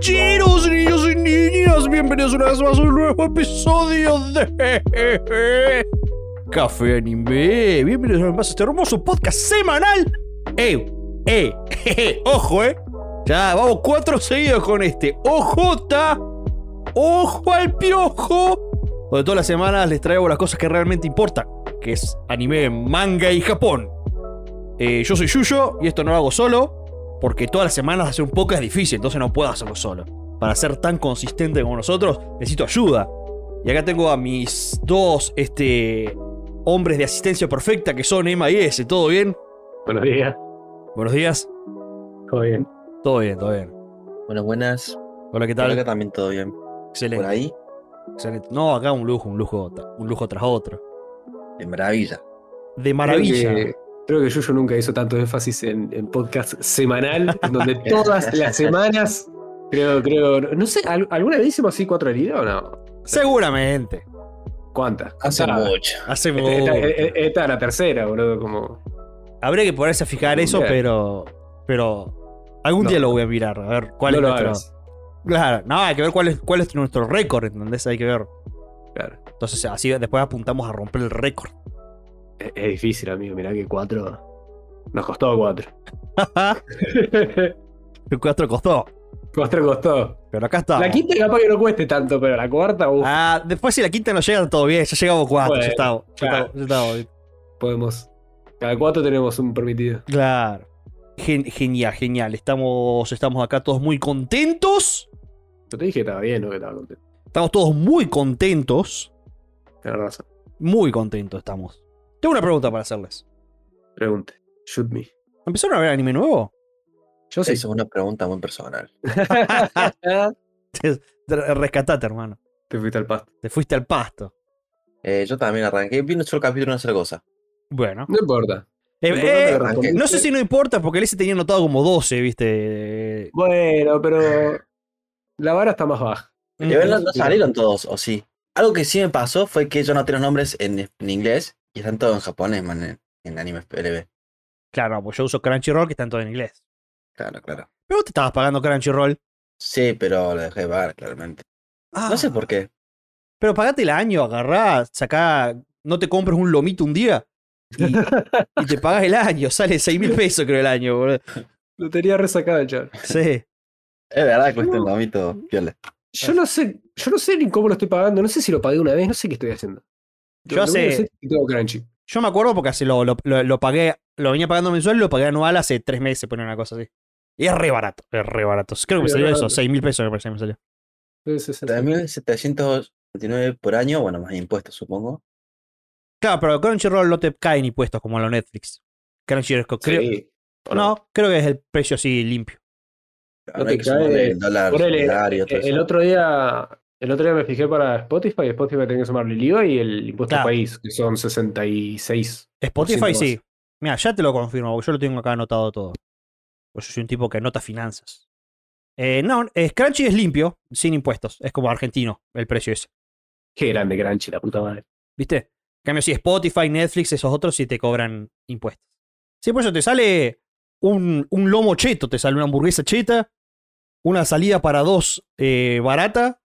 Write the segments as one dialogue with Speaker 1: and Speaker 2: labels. Speaker 1: Bienvenidos niños y niñas, bienvenidos una vez más a un nuevo episodio de Café Anime. Bienvenidos una vez más a este hermoso podcast semanal. ¡Eh! ¡Eh! jeje, ¡Ojo, eh! Ya, vamos cuatro seguidos con este. OJ, ojo al piojo. Donde todas las semanas les traigo las cosas que realmente importan, que es anime, manga y Japón. Eh, yo soy Yuyo y esto no lo hago solo, porque todas las semanas hacer un poco es difícil, entonces no puedo hacerlo solo. Para ser tan consistente como nosotros, necesito ayuda. Y acá tengo a mis dos este, hombres de asistencia perfecta, que son Emma y S. ¿Todo bien?
Speaker 2: Buenos días.
Speaker 1: Buenos días.
Speaker 2: Todo bien.
Speaker 1: Todo bien, todo bien.
Speaker 3: Buenas, buenas.
Speaker 1: Hola, ¿qué
Speaker 3: Por
Speaker 1: tal?
Speaker 3: acá también todo bien. Por
Speaker 1: Excelente.
Speaker 3: ahí,
Speaker 1: Excelente. No, acá un lujo, un lujo, tra- un lujo tras otro.
Speaker 3: de maravilla.
Speaker 1: De maravilla.
Speaker 2: Creo que, creo que Yuyo nunca hizo tanto énfasis en, en podcast semanal, en donde todas las semanas, creo, creo, no sé, ¿al- ¿alguna vez hicimos así cuatro al hilo o no?
Speaker 1: Seguramente.
Speaker 2: ¿Cuántas?
Speaker 3: Hace
Speaker 2: Ah,
Speaker 3: mucho.
Speaker 1: Hace
Speaker 2: Esta, esta-
Speaker 1: mucho.
Speaker 2: esta- esta es la tercera, boludo, como...
Speaker 1: Habría que ponerse a fijar eso,
Speaker 2: eh, Bien.
Speaker 1: pero. Pero. Algún
Speaker 2: No.
Speaker 1: día lo voy a mirar. A ver cuál
Speaker 2: no
Speaker 1: es
Speaker 2: lo
Speaker 1: nuestro.
Speaker 2: hagas.
Speaker 1: Claro. No, hay que ver cuál es, cuál es nuestro récord, ¿entendés? Hay que ver.
Speaker 2: Claro.
Speaker 1: Entonces, así después apuntamos a romper el récord.
Speaker 2: Es, es difícil, amigo, mirá que cuatro... Nos costó cuatro.
Speaker 1: el cuatro costó.
Speaker 2: cuatro costó.
Speaker 1: Pero acá está.
Speaker 2: La quinta capaz que no cueste tanto, pero la cuarta, uf,
Speaker 1: Ah, después si la quinta no llega, todo bien. Ya llegamos cuatro.
Speaker 2: Bueno,
Speaker 1: ya estamos. Ya
Speaker 2: claro.
Speaker 1: estamos- ya estamos.
Speaker 2: podemos... Cada cuatro tenemos un permitido.
Speaker 1: Claro. Gen- genial, genial. Estamos, estamos acá todos muy contentos.
Speaker 2: Yo te dije que estaba bien, ¿no? Que estaba contento.
Speaker 1: Estamos todos muy contentos.
Speaker 2: Tenés razón.
Speaker 1: Muy contentos estamos. Tengo una pregunta para hacerles.
Speaker 2: Pregunte. Shoot me.
Speaker 1: ¿Empezaron a ver anime nuevo?
Speaker 2: Yo
Speaker 3: Esa
Speaker 2: sí.
Speaker 3: es una pregunta muy personal.
Speaker 1: Re- Rescatate, hermano.
Speaker 2: Te fuiste al pasto.
Speaker 1: Te fuiste al pasto.
Speaker 3: Eh, yo también arranqué. Vi un solo capítulo de una sola cosa.
Speaker 1: Bueno.
Speaker 2: No importa.
Speaker 1: Eh,
Speaker 2: Lo
Speaker 1: eh,
Speaker 2: importante es que respondiste.
Speaker 1: no sé si no importa porque el S tenía anotado como 12, ¿viste?
Speaker 2: Bueno, pero la vara está más baja.
Speaker 3: De verdad
Speaker 1: Mm.
Speaker 3: no salieron todos, o sí. Algo que sí me pasó fue que yo no tengo nombres en, en inglés y están todos en japonés, man, en, en anime PLB.
Speaker 1: Claro, pues yo uso Crunchyroll que está todo en inglés.
Speaker 3: Claro, claro.
Speaker 1: Pero vos te estabas pagando Crunchyroll. Ah,
Speaker 3: Sí, pero la dejé de pagar, claramente. No sé por qué.
Speaker 1: Pero pagate el año, agarrá, sacá, no te compres un lomito un día y, y te pagas el año. Sale 6 mil pesos, creo, el año, boludo.
Speaker 2: Lo tenía resacado, chaval.
Speaker 1: Sí.
Speaker 3: Es verdad que está el nomito, piola.
Speaker 2: Yo no sé, yo no sé ni cómo lo estoy pagando, no sé si lo pagué una vez, no sé qué estoy haciendo.
Speaker 1: Yo
Speaker 2: Lo- lo
Speaker 1: hace-
Speaker 2: único que sé es que tengo crunchy.
Speaker 1: Yo me acuerdo porque hace lo, lo, lo- lo pagué, lo venía pagando mensual y lo pagué anual hace 3 meses, poner una cosa así. Y es re barato, es re barato. Creo que me
Speaker 2: Re
Speaker 1: salió eso,
Speaker 2: barato.
Speaker 1: 6 mil pesos me parece que me salió.
Speaker 2: Entonces, es así.
Speaker 3: 3.729 por año, bueno, más impuestos, supongo.
Speaker 1: Claro, pero Crunchyroll no te caen impuestos como en lo Netflix. Crunchyroll, creo,
Speaker 2: Sí.
Speaker 3: ¿o
Speaker 1: no, creo que es el precio así limpio.
Speaker 2: No
Speaker 3: Ahora
Speaker 2: te
Speaker 3: hay que sumarle
Speaker 2: cae-
Speaker 3: el dólar
Speaker 2: ponele,
Speaker 3: solidario, todo
Speaker 2: El,
Speaker 3: eso.
Speaker 2: otro día, el otro día me fijé para Spotify, Spotify tenía que sumarle el IVA y el impuesto
Speaker 1: Claro.
Speaker 2: al país, que son 66.
Speaker 1: Spotify
Speaker 2: más.
Speaker 1: sí. Mira, ya te lo confirmo, porque yo lo tengo acá anotado todo. Pues yo soy un tipo que anota finanzas. Eh, no, eh, Crunchy es limpio, sin impuestos. Es como argentino el precio ese.
Speaker 2: Qué grande crunchy, la puta madre.
Speaker 1: ¿Viste? En cambio, si Spotify, Netflix, esos otros sí te cobran impuestos. Sí, por eso te sale un, un lomo cheto, te sale una hamburguesa cheta, una salida para dos eh, barata.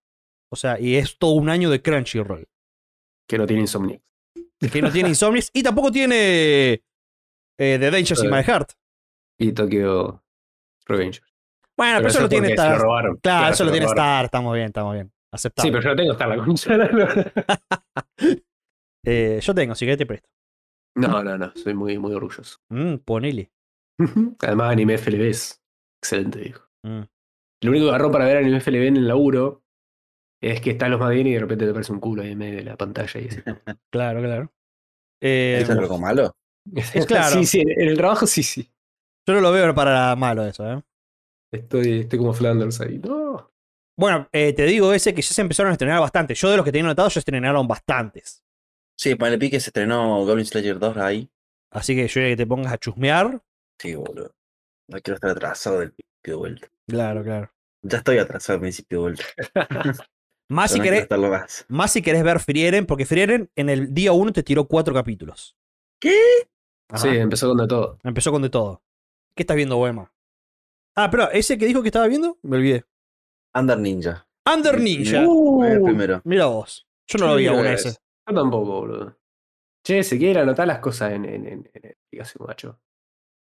Speaker 1: O sea, y es todo un año de Crunchyroll.
Speaker 2: Que no tiene insomnio.
Speaker 1: Que no tiene Insomniacs y tampoco tiene eh, The Dangers in My Heart.
Speaker 2: Y Tokyo Revenge.
Speaker 1: Bueno, Ah, pero, eso
Speaker 2: es
Speaker 1: lo tiene
Speaker 2: porque se
Speaker 1: Star.
Speaker 2: lo robaron.
Speaker 1: Claro, eso
Speaker 2: se
Speaker 1: lo tiene
Speaker 2: robaron.
Speaker 1: Star. Estamos bien, estamos bien. Aceptable.
Speaker 2: Sí, pero yo no tengo Star, la concha. de la-
Speaker 1: Eh, yo tengo, si querés te presto.
Speaker 2: No, no, no, soy muy, muy orgulloso.
Speaker 1: Mm, ponele.
Speaker 2: Además, anime FLB es excelente, dijo.
Speaker 1: Mm.
Speaker 2: Lo único que agarró para ver anime FLB en el laburo es que están los más bien y de repente te aparece un culo ahí en medio de la pantalla. Y así.
Speaker 1: Claro, claro. Eh,
Speaker 3: ¿Eso es algo malo?
Speaker 1: claro.
Speaker 2: Sí, sí, en el trabajo sí, sí.
Speaker 1: yo no lo veo para malo eso, ¿eh?
Speaker 2: Estoy, estoy como Flanders ahí. No.
Speaker 1: Bueno, eh, te digo ese que ya se empezaron a estrenar bastante. Yo de los que tenía anotados, ya estrenaron bastantes.
Speaker 3: Sí, ponele pique, se estrenó Goblin Slayer 2 ahí.
Speaker 1: Así que yo diría que te pongas a chusmear.
Speaker 3: Sí, boludo. No quiero estar atrasado del principio de vuelta.
Speaker 1: Claro, claro.
Speaker 3: Ya estoy atrasado del principio de vuelta.
Speaker 1: Más si
Speaker 3: pero no quiero
Speaker 1: querés,
Speaker 3: estarlo más.
Speaker 1: más si querés ver Frieren, porque Frieren en el día uno te tiró cuatro capítulos.
Speaker 3: ¿Qué?
Speaker 1: Ajá.
Speaker 2: Sí, empezó con de todo.
Speaker 1: Empezó con de todo. ¿Qué estás viendo, Boema? Ah, pero ese que dijo que estaba viendo, me olvidé.
Speaker 3: Under Ninja.
Speaker 1: Under Ninja.
Speaker 2: Uh,
Speaker 3: Fue el primero.
Speaker 1: Mira vos. Yo no lo vi
Speaker 2: Mira
Speaker 1: aún
Speaker 2: vos.
Speaker 1: ese.
Speaker 2: Yo tampoco, boludo. Che, si quiere anotar las cosas en, en, en, en la aplicación, macho.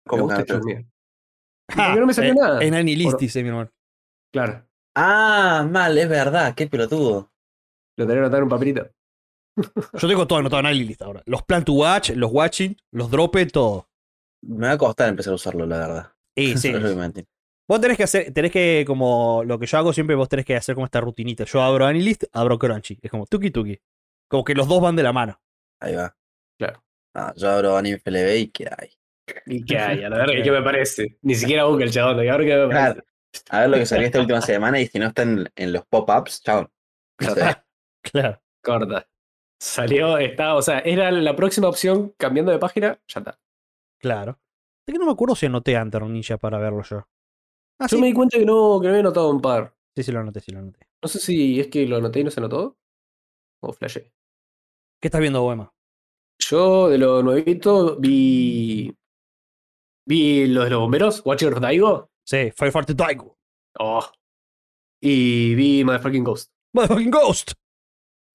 Speaker 3: ¿Cómo
Speaker 2: Me gusta
Speaker 3: que anotar?
Speaker 2: chusmear. Porque no me salió
Speaker 1: Eh,
Speaker 2: nada.
Speaker 1: En Anilisti, mi hermano.
Speaker 2: Claro,
Speaker 3: Ah, mal, es verdad, qué pelotudo.
Speaker 2: lo tenés que anotar en un papelito.
Speaker 1: Yo tengo todo anotado en Anilisti ahora. Los plan to watch, los watching, los drope, todo.
Speaker 3: Me va a costar empezar a usarlo, la verdad.
Speaker 1: Y sí.
Speaker 3: No te voy a mentir.
Speaker 1: Vos tenés que hacer, tenés que, como lo que yo hago siempre, vos tenés que hacer como esta rutinita. Yo abro Anilist, abro Crunchy. Es como tuki tuki. Como que los dos van de la mano.
Speaker 3: Ahí va.
Speaker 2: Claro.
Speaker 3: Ah, yo abro anime FLB y queda ahí.
Speaker 2: ¿Y qué hay? A la verga, ¿qué me parece? Ni siquiera busca el chabón, a ver qué me
Speaker 3: Claro.
Speaker 2: parece.
Speaker 3: A ver lo que salió esta última semana y si no está en, en los pop-ups, chao. No sé.
Speaker 1: Claro.
Speaker 2: Corta. Salió, está, o sea, era la próxima opción, cambiando de página, ya está.
Speaker 1: Claro. Es que no me acuerdo si anoté Hunter Ninja para verlo yo. Ah,
Speaker 2: Yo
Speaker 1: sí.
Speaker 2: me di cuenta que no, que no había notado un par.
Speaker 1: Sí, sí, lo anoté, sí, lo anoté.
Speaker 2: No sé si es que lo anoté y no se notó. O flashé.
Speaker 1: ¿Qué estás viendo, Boema?
Speaker 2: Yo de lo nuevito vi. Vi lo de los bomberos, Watcher of Daigo.
Speaker 1: Sí, Firefighter Daigo.
Speaker 2: Oh. Y vi Motherfucking Ghost.
Speaker 1: Motherfucking Ghost.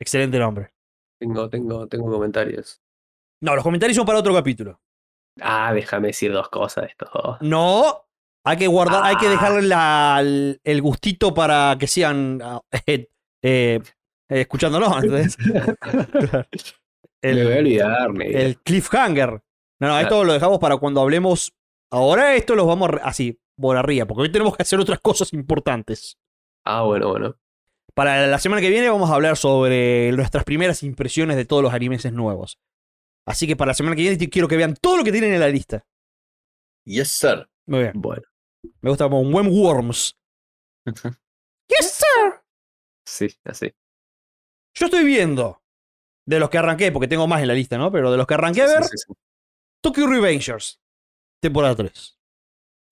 Speaker 1: Excelente nombre.
Speaker 2: Tengo, tengo, tengo comentarios.
Speaker 1: No, los comentarios son para otro capítulo.
Speaker 2: Ah, déjame decir dos cosas de estos dos.
Speaker 1: No, hay que guardar, hay que dejarle la- el, el gustito para que sigan ah, eh, eh, escuchándonos antes.
Speaker 2: Me voy a
Speaker 1: el,
Speaker 2: olvidar, me
Speaker 1: el cliffhanger. No, no, esto lo dejamos para cuando hablemos. Ahora esto los vamos re- así, por arriba, porque hoy tenemos que hacer otras cosas importantes.
Speaker 2: Ah, bueno, bueno.
Speaker 1: Para la semana que viene vamos a hablar sobre nuestras primeras impresiones de todos los animeses nuevos. Así que para la semana que viene quiero que vean todo lo que tienen en la lista.
Speaker 3: Yes, sir.
Speaker 1: Muy bien.
Speaker 2: Bueno.
Speaker 1: Me gusta como un buen Worms. Yes, sir.
Speaker 2: Sí, así.
Speaker 1: Yo estoy viendo de los que arranqué, porque tengo más en la lista, ¿no? Pero de los que arranqué a ver,
Speaker 2: Sí, sí, sí.
Speaker 1: Tokyo Revengers, temporada 3.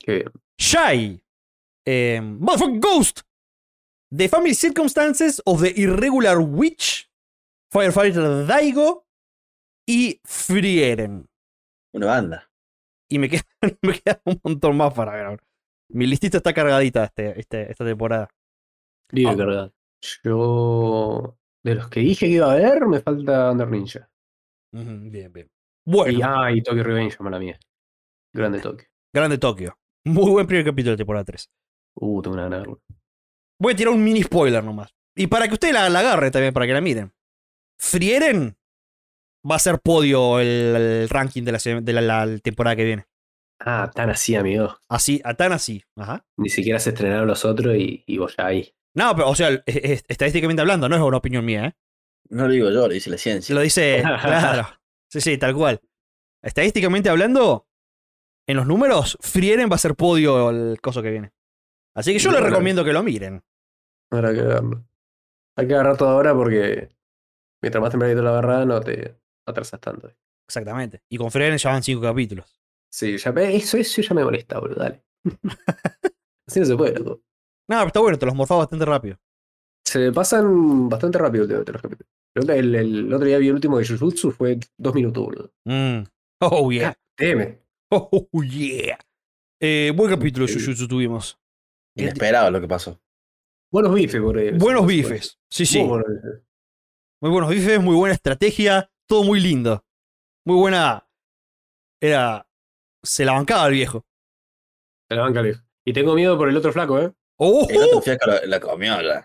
Speaker 2: Qué bien.
Speaker 1: Shy, eh, Motherfucking Ghost, The Family Circumstances of the Irregular Witch, Firefighter Daigo y Frieren.
Speaker 3: Una banda.
Speaker 1: Y me quedan, me queda un montón más para ver. ahora. Mi listita está cargadita este, este- esta temporada.
Speaker 2: Vive
Speaker 1: Ah.
Speaker 2: cargado. Yo. De los que dije que iba a ver, me falta Under Ninja.
Speaker 1: Ujú, Bien, bien. Bueno,
Speaker 2: Y, ah, y Tokyo Revenge, mala mía. Grande Tokyo.
Speaker 1: grande Tokio. Muy buen primer capítulo de temporada 3.
Speaker 2: Uh, tengo una gana de verlo.
Speaker 1: Voy a tirar un mini spoiler nomás. Y para que usted la, la agarre también, para que la miren. Frieren va a ser podio el, el ranking de, la, se- de la- la temporada que viene.
Speaker 2: Ah, tan así, amigo.
Speaker 1: Así, a- tan así. Ajá.
Speaker 2: Ni siquiera se estrenaron los otros y, y vos ya ahí.
Speaker 1: No, pero, o sea, es- es- estadísticamente hablando, no es una opinión mía, ¿eh?
Speaker 3: No lo digo yo, lo dice la
Speaker 1: Se
Speaker 3: ciencia.
Speaker 1: lo dice. claro. Sí, sí, tal cual. Estadísticamente hablando, en los números, Frieren va a ser podio el coso que viene. Así que yo les
Speaker 2: Bueno.
Speaker 1: recomiendo que lo miren.
Speaker 2: Habrá que verlo. Hay que agarrar todo ahora porque mientras más tempranito lo agarras, no te atrasas tanto.
Speaker 1: Exactamente. Y con Frieren ya van cinco capítulos.
Speaker 2: Sí, ya, eh, eso, eso ya me molesta, boludo. Dale. así no se puede, loco.
Speaker 1: No, pero está bueno, te los morfás bastante rápido.
Speaker 2: Se pasan bastante rápido últimamente los capítulos. Creo que El, el otro día vi el último de Jujutsu fue dos minutos, boludo.
Speaker 1: Mm. Oh, yeah.
Speaker 2: Teme.
Speaker 1: Oh, yeah. Eh, buen capítulo de
Speaker 2: Sí.
Speaker 1: Jujutsu tuvimos.
Speaker 3: Inesperado lo que pasó.
Speaker 2: Buenos bifes, por ahí.
Speaker 1: Buenos bifes. Sí, sí.
Speaker 2: Muy buenos bifes.
Speaker 1: Muy buenos bifes, muy buena estrategia. Todo muy lindo. Muy buena. Era. Se la bancaba el viejo.
Speaker 2: Te la banca, viejo. Y tengo miedo por el otro flaco, ¿eh?
Speaker 1: ¡Oh!
Speaker 3: El otro fiasco lo, lo comió ya.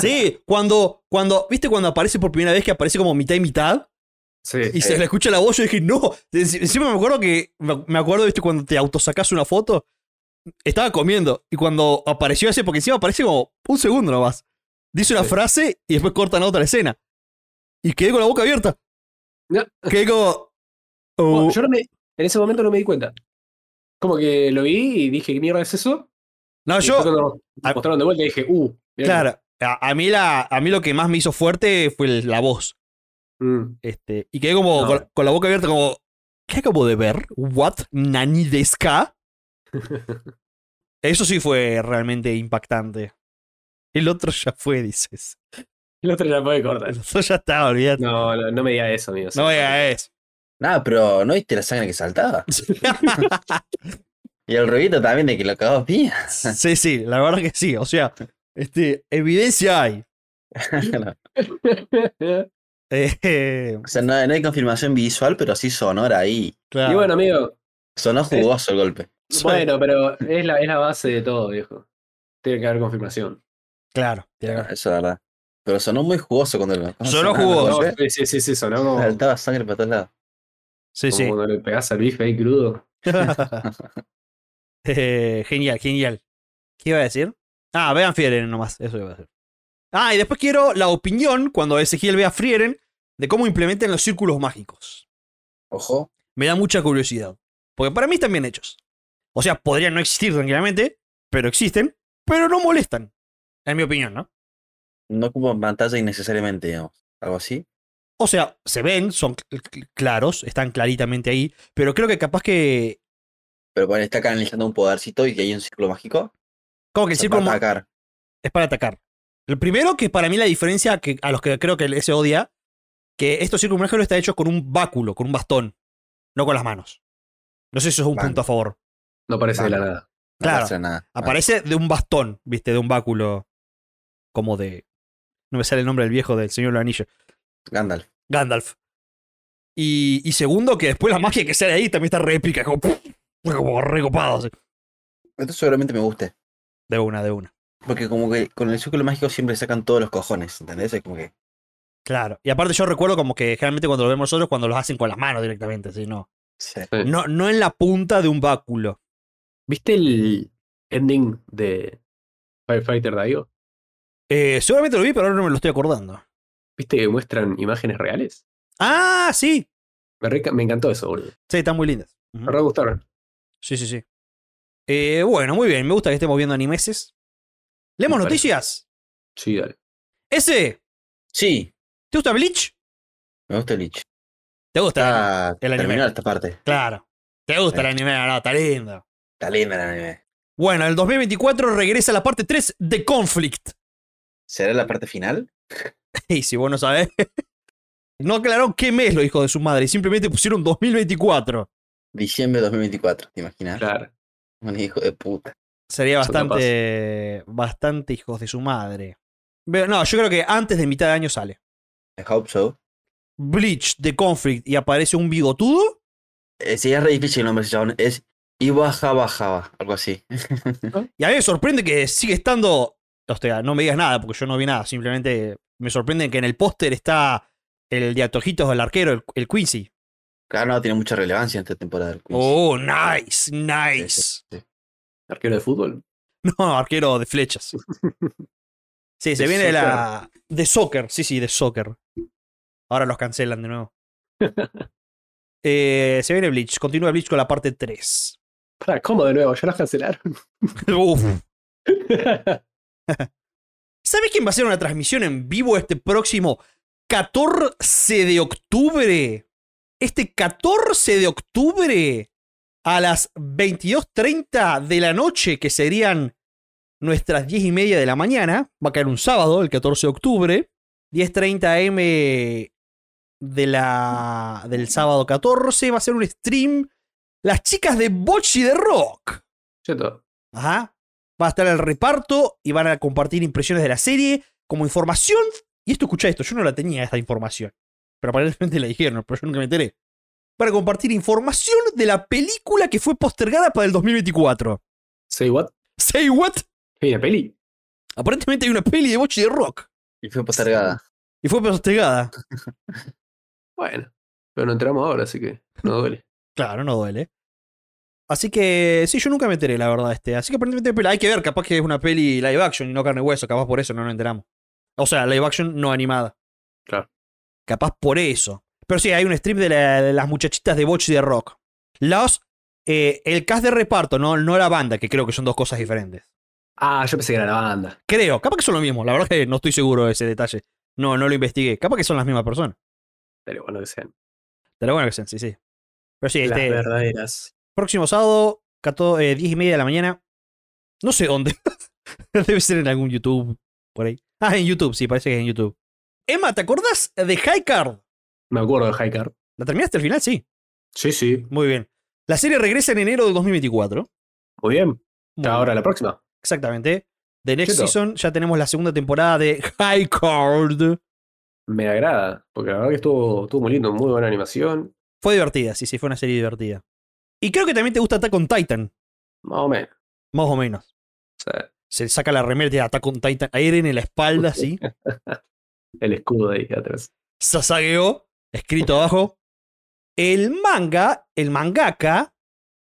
Speaker 1: Sí, cuando, cuando. ¿Viste cuando aparece por primera vez que aparece como mitad y mitad?
Speaker 2: sí.
Speaker 1: Y se le escucha la voz, yo dije, no. Enci- Encima me acuerdo que. me- Me acuerdo, ¿viste? Cuando te autosacás una foto. Estaba comiendo. Y cuando apareció ese, porque encima aparece como un segundo nomás. Dice una
Speaker 2: Sí.
Speaker 1: frase y después cortan a otra escena. Y quedé con la boca abierta.
Speaker 2: No.
Speaker 1: Quedé como.
Speaker 2: Bueno,
Speaker 1: oh,
Speaker 2: yo no me- en ese momento no me di cuenta. Como que lo vi y dije, ¿qué mierda es eso?
Speaker 1: no,
Speaker 2: Y fue
Speaker 1: yo.
Speaker 2: cuando me mostraron de vuelta y dije, uh. mirá
Speaker 1: Claro. A, a mí la, a mí lo que más me hizo fuerte fue el- la voz.
Speaker 2: que- Mm.
Speaker 1: Este, y quedé como
Speaker 2: No.
Speaker 1: con, con la boca abierta, como. ¿Qué acabo de ver? ¿What? ¿Nani deska? Eso sí fue realmente impactante. El otro ya fue, dices.
Speaker 2: El otro ya puede cortar.
Speaker 1: El otro ya estaba, olvídate. No,
Speaker 2: No, no, no me digas eso, amigo.
Speaker 1: vea eso.
Speaker 3: Nada, pero ¿no viste la sangre que saltaba? Y el ruidito también de que lo cagó pía.
Speaker 1: Sí, sí, la verdad que sí. O sea, este, evidencia hay. Eh, eh,
Speaker 3: o sea, no, no hay confirmación visual, pero sí sonora ahí.
Speaker 1: claro.
Speaker 2: Y bueno, amigo,
Speaker 3: Sonó jugoso el golpe.
Speaker 1: Sí,
Speaker 2: bueno, pero es la, es la base de todo, viejo. Tiene que haber confirmación.
Speaker 1: Claro. tiene que-
Speaker 3: Eso es verdad. Pero sonó muy jugoso cuando lo. cuando
Speaker 1: Sonó
Speaker 3: sonaba el
Speaker 1: jugoso.
Speaker 2: No,
Speaker 3: golpe,
Speaker 2: sí, sí, sí, sí, sonó como, como
Speaker 3: Saltaba sangre para todos lados.
Speaker 1: Sí, sí.
Speaker 2: cuando le pegás al bife ahí crudo.
Speaker 1: Eh, genial, genial. ¿Qué iba a decir? Ah, vean Frieren nomás, eso iba a decir. Ah, y después quiero la opinión, cuando Ezequiel vea Frieren, de cómo implementan los círculos mágicos.
Speaker 3: Ojo.
Speaker 1: Me da mucha curiosidad. Porque para mí están bien hechos. O sea, podrían no existir tranquilamente, pero existen, pero no molestan. En mi opinión, ¿no?
Speaker 3: No ocupan pantalla innecesariamente, digamos. Algo así.
Speaker 1: O sea, se ven, son cl- cl- claros, están claritamente ahí, pero creo que capaz que...
Speaker 3: Pero bueno, está canalizando un podercito y que hay un círculo mágico.
Speaker 1: Como que el
Speaker 3: se va
Speaker 1: círculo...
Speaker 3: a
Speaker 1: ma-
Speaker 3: atacar.
Speaker 1: es para atacar. El primero, que para mí la diferencia que, a los que creo que se odia, que estos círculos mágicos está hecho con un báculo, con un bastón, no con las manos. No sé si eso es un
Speaker 3: Vale.
Speaker 1: punto a favor.
Speaker 2: No parece
Speaker 1: Ah.
Speaker 2: de la
Speaker 3: Vale.
Speaker 2: nada.
Speaker 3: No
Speaker 1: Claro,
Speaker 3: pasa nada. Ah,
Speaker 1: Aparece de un bastón, viste, de un báculo. Como de. No me sale el nombre del viejo del señor del anillo.
Speaker 3: Ah, Gandalf.
Speaker 1: Gandalf. Y, y segundo, que después la magia que sale ahí también está re épica, como, como recopado. así.
Speaker 3: Esto seguramente me guste.
Speaker 1: De una, de una.
Speaker 3: Porque como que con el círculo mágico siempre sacan todos los cojones, ¿entendés? Es como que.
Speaker 1: Claro. Y aparte, yo recuerdo como que generalmente cuando lo vemos nosotros, cuando los hacen con las manos directamente, así, no.
Speaker 3: sí.
Speaker 1: No, no en la punta de un báculo.
Speaker 2: ¿Viste el ending de Firefighter Daigo?
Speaker 1: Eh, seguramente lo vi, pero ahora no me lo estoy acordando.
Speaker 2: ¿Viste que muestran imágenes reales?
Speaker 1: Ah, sí.
Speaker 2: Me, re- me encantó eso, boludo.
Speaker 1: Sí, están muy lindas.
Speaker 2: Me
Speaker 1: Ujú.
Speaker 2: re gustaron.
Speaker 1: Sí, sí, sí. Eh, bueno, muy bien. Me gusta que estemos viendo animeses. ¿Leemos
Speaker 2: Me parece.
Speaker 1: noticias?
Speaker 2: Sí, dale.
Speaker 1: Ese,
Speaker 3: Sí,
Speaker 1: ¿te gusta Bleach?
Speaker 3: me gusta el Lich.
Speaker 1: ¿Te gusta?
Speaker 3: Está
Speaker 1: el anime.
Speaker 3: terminada esta parte.
Speaker 1: Claro. ¿Te gusta
Speaker 3: Ah.
Speaker 1: el
Speaker 3: Sí.
Speaker 1: anime? Ah, No, está lindo.
Speaker 3: Está linda el anime.
Speaker 1: Bueno, el 2024 regresa la parte 3 de Conflict.
Speaker 3: ¿Será la parte final?
Speaker 1: Y si vos no sabés. No aclararon qué mes lo dijo de su madre. y Simplemente pusieron 2024.
Speaker 3: Diciembre de 2024, ¿te
Speaker 1: Ah.
Speaker 3: imaginas?
Speaker 2: Claro.
Speaker 3: Un hijo de puta.
Speaker 1: Sería
Speaker 2: Eso capaz.
Speaker 1: bastante, bastante hijos de su madre. Pero no, yo creo que antes de mitad de año sale.
Speaker 3: I hope so.
Speaker 1: Bleach de Conflict y aparece un bigotudo.
Speaker 3: Eh, sí, es re difícil el nombre de ese chabón. Es Iwaja Bajaba, algo así.
Speaker 1: Y a mí me sorprende que sigue estando. O sea, no me digas nada porque yo no vi nada. Simplemente me sorprende que en el póster está el de Atojitos del arquero, el, el Quincy.
Speaker 3: Claro, no tiene mucha relevancia en esta temporada del quiz.
Speaker 1: Oh, nice,
Speaker 3: Sí,
Speaker 1: nice.
Speaker 3: sí, sí.
Speaker 2: Arquero de fútbol.
Speaker 1: No, arquero de flechas. Sí, se
Speaker 2: De
Speaker 1: viene la. De soccer, sí, sí, de soccer. Ahora los cancelan de nuevo. Eh, se viene Bleach, continúa Bleach con la parte 3.
Speaker 2: Pará, ¿cómo de nuevo? ¿Ya los cancelaron?
Speaker 1: Uf. ¿Sabes quién va a hacer una transmisión en vivo este próximo 14 de octubre? Este 14 de octubre a las 22.30 de la noche, que serían nuestras 10 y media de la mañana, va a caer un sábado, el 14 de octubre, 10.30 am de la, del sábado 14, va a ser un stream. Las chicas de Bochi de Rock.
Speaker 2: Cheto.
Speaker 1: Ajá. Va a estar el reparto y van a compartir impresiones de la serie como información. Y esto, escucha esto, yo no la tenía esta información. Pero aparentemente la dijeron, pero yo nunca me enteré. Para compartir información de la película que fue postergada para el 2024.
Speaker 2: Say what?
Speaker 1: Say what?
Speaker 2: Hay una peli.
Speaker 1: Aparentemente hay una peli de Bochi de Rock.
Speaker 3: Y fue postergada.
Speaker 1: Y fue postergada.
Speaker 2: Bueno. Pero no entramos ahora, así que no duele.
Speaker 1: Claro, no duele. Así que sí, yo nunca me enteré, la verdad, este. Así que aparentemente hay peli- hay que ver, capaz que es una peli live action y no carne y hueso, capaz por eso no nos enteramos. O sea, live action no animada.
Speaker 2: Claro.
Speaker 1: Capaz por eso. Pero sí, hay un strip de, la- de las muchachitas de Botch y de Rock. Los, eh, el cast de reparto, no, no la banda, que creo que son dos cosas diferentes.
Speaker 2: Ah, yo pensé que era la banda.
Speaker 1: Creo, capaz que son lo mismo, la verdad que no estoy seguro de ese detalle. No, no lo investigué. Capaz que son las mismas personas.
Speaker 2: Pero bueno, que sean.
Speaker 1: De la buena que sean, sí, sí. Pero sí,
Speaker 2: Las
Speaker 1: este.
Speaker 2: verdaderas.
Speaker 1: Próximo sábado, 14, eh, 10 y media de la mañana. No sé dónde. Debe ser en algún YouTube. Por ahí. Ah, en YouTube, sí, parece que es en YouTube. Emma, ¿te acordás de High Card?
Speaker 2: Me acuerdo de High Card.
Speaker 1: ¿La terminaste al final? Sí.
Speaker 2: Sí, sí.
Speaker 1: Muy bien. La serie regresa en enero del 2024.
Speaker 2: Muy bien.
Speaker 1: Muy
Speaker 2: Ahora
Speaker 1: bien.
Speaker 2: la próxima.
Speaker 1: Exactamente. The Next
Speaker 2: Cheto.
Speaker 1: Season ya tenemos la segunda temporada de High Court.
Speaker 2: Me agrada, porque la verdad que estuvo, estuvo muy lindo, muy buena animación.
Speaker 1: Fue divertida, sí, sí, fue una serie divertida. Y creo que también te gusta Attack on Titan,
Speaker 2: Más o menos.
Speaker 1: más o menos.
Speaker 2: O sea,
Speaker 1: Se saca la remera de Attack on Titan, Eren en la espalda, sí.
Speaker 2: el escudo ahí atrás.
Speaker 1: Sasageo, escrito abajo. El manga, el mangaka,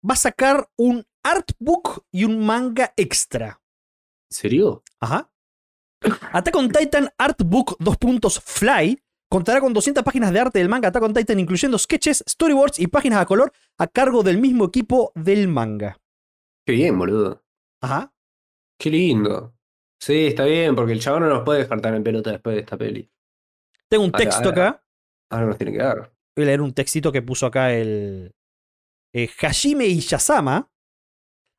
Speaker 1: va a sacar un artbook y un manga extra.
Speaker 2: ¿En serio?
Speaker 1: Ajá. Attack on Titan Artbook 2 puntos Fly contará con 200 páginas de arte del manga Attack on Titan, incluyendo sketches, storyboards y páginas a color a cargo del mismo equipo del manga.
Speaker 2: Qué bien, boludo.
Speaker 1: Ajá.
Speaker 2: Qué lindo. Sí, está bien, porque el chabón no nos puede faltar en pelota después de esta peli.
Speaker 1: Tengo un
Speaker 2: Acá,
Speaker 1: texto
Speaker 2: acá.
Speaker 1: acá.
Speaker 2: Ahora nos tiene que dar.
Speaker 1: Voy a leer un textito que puso acá el. eh, Hajime y Yasama.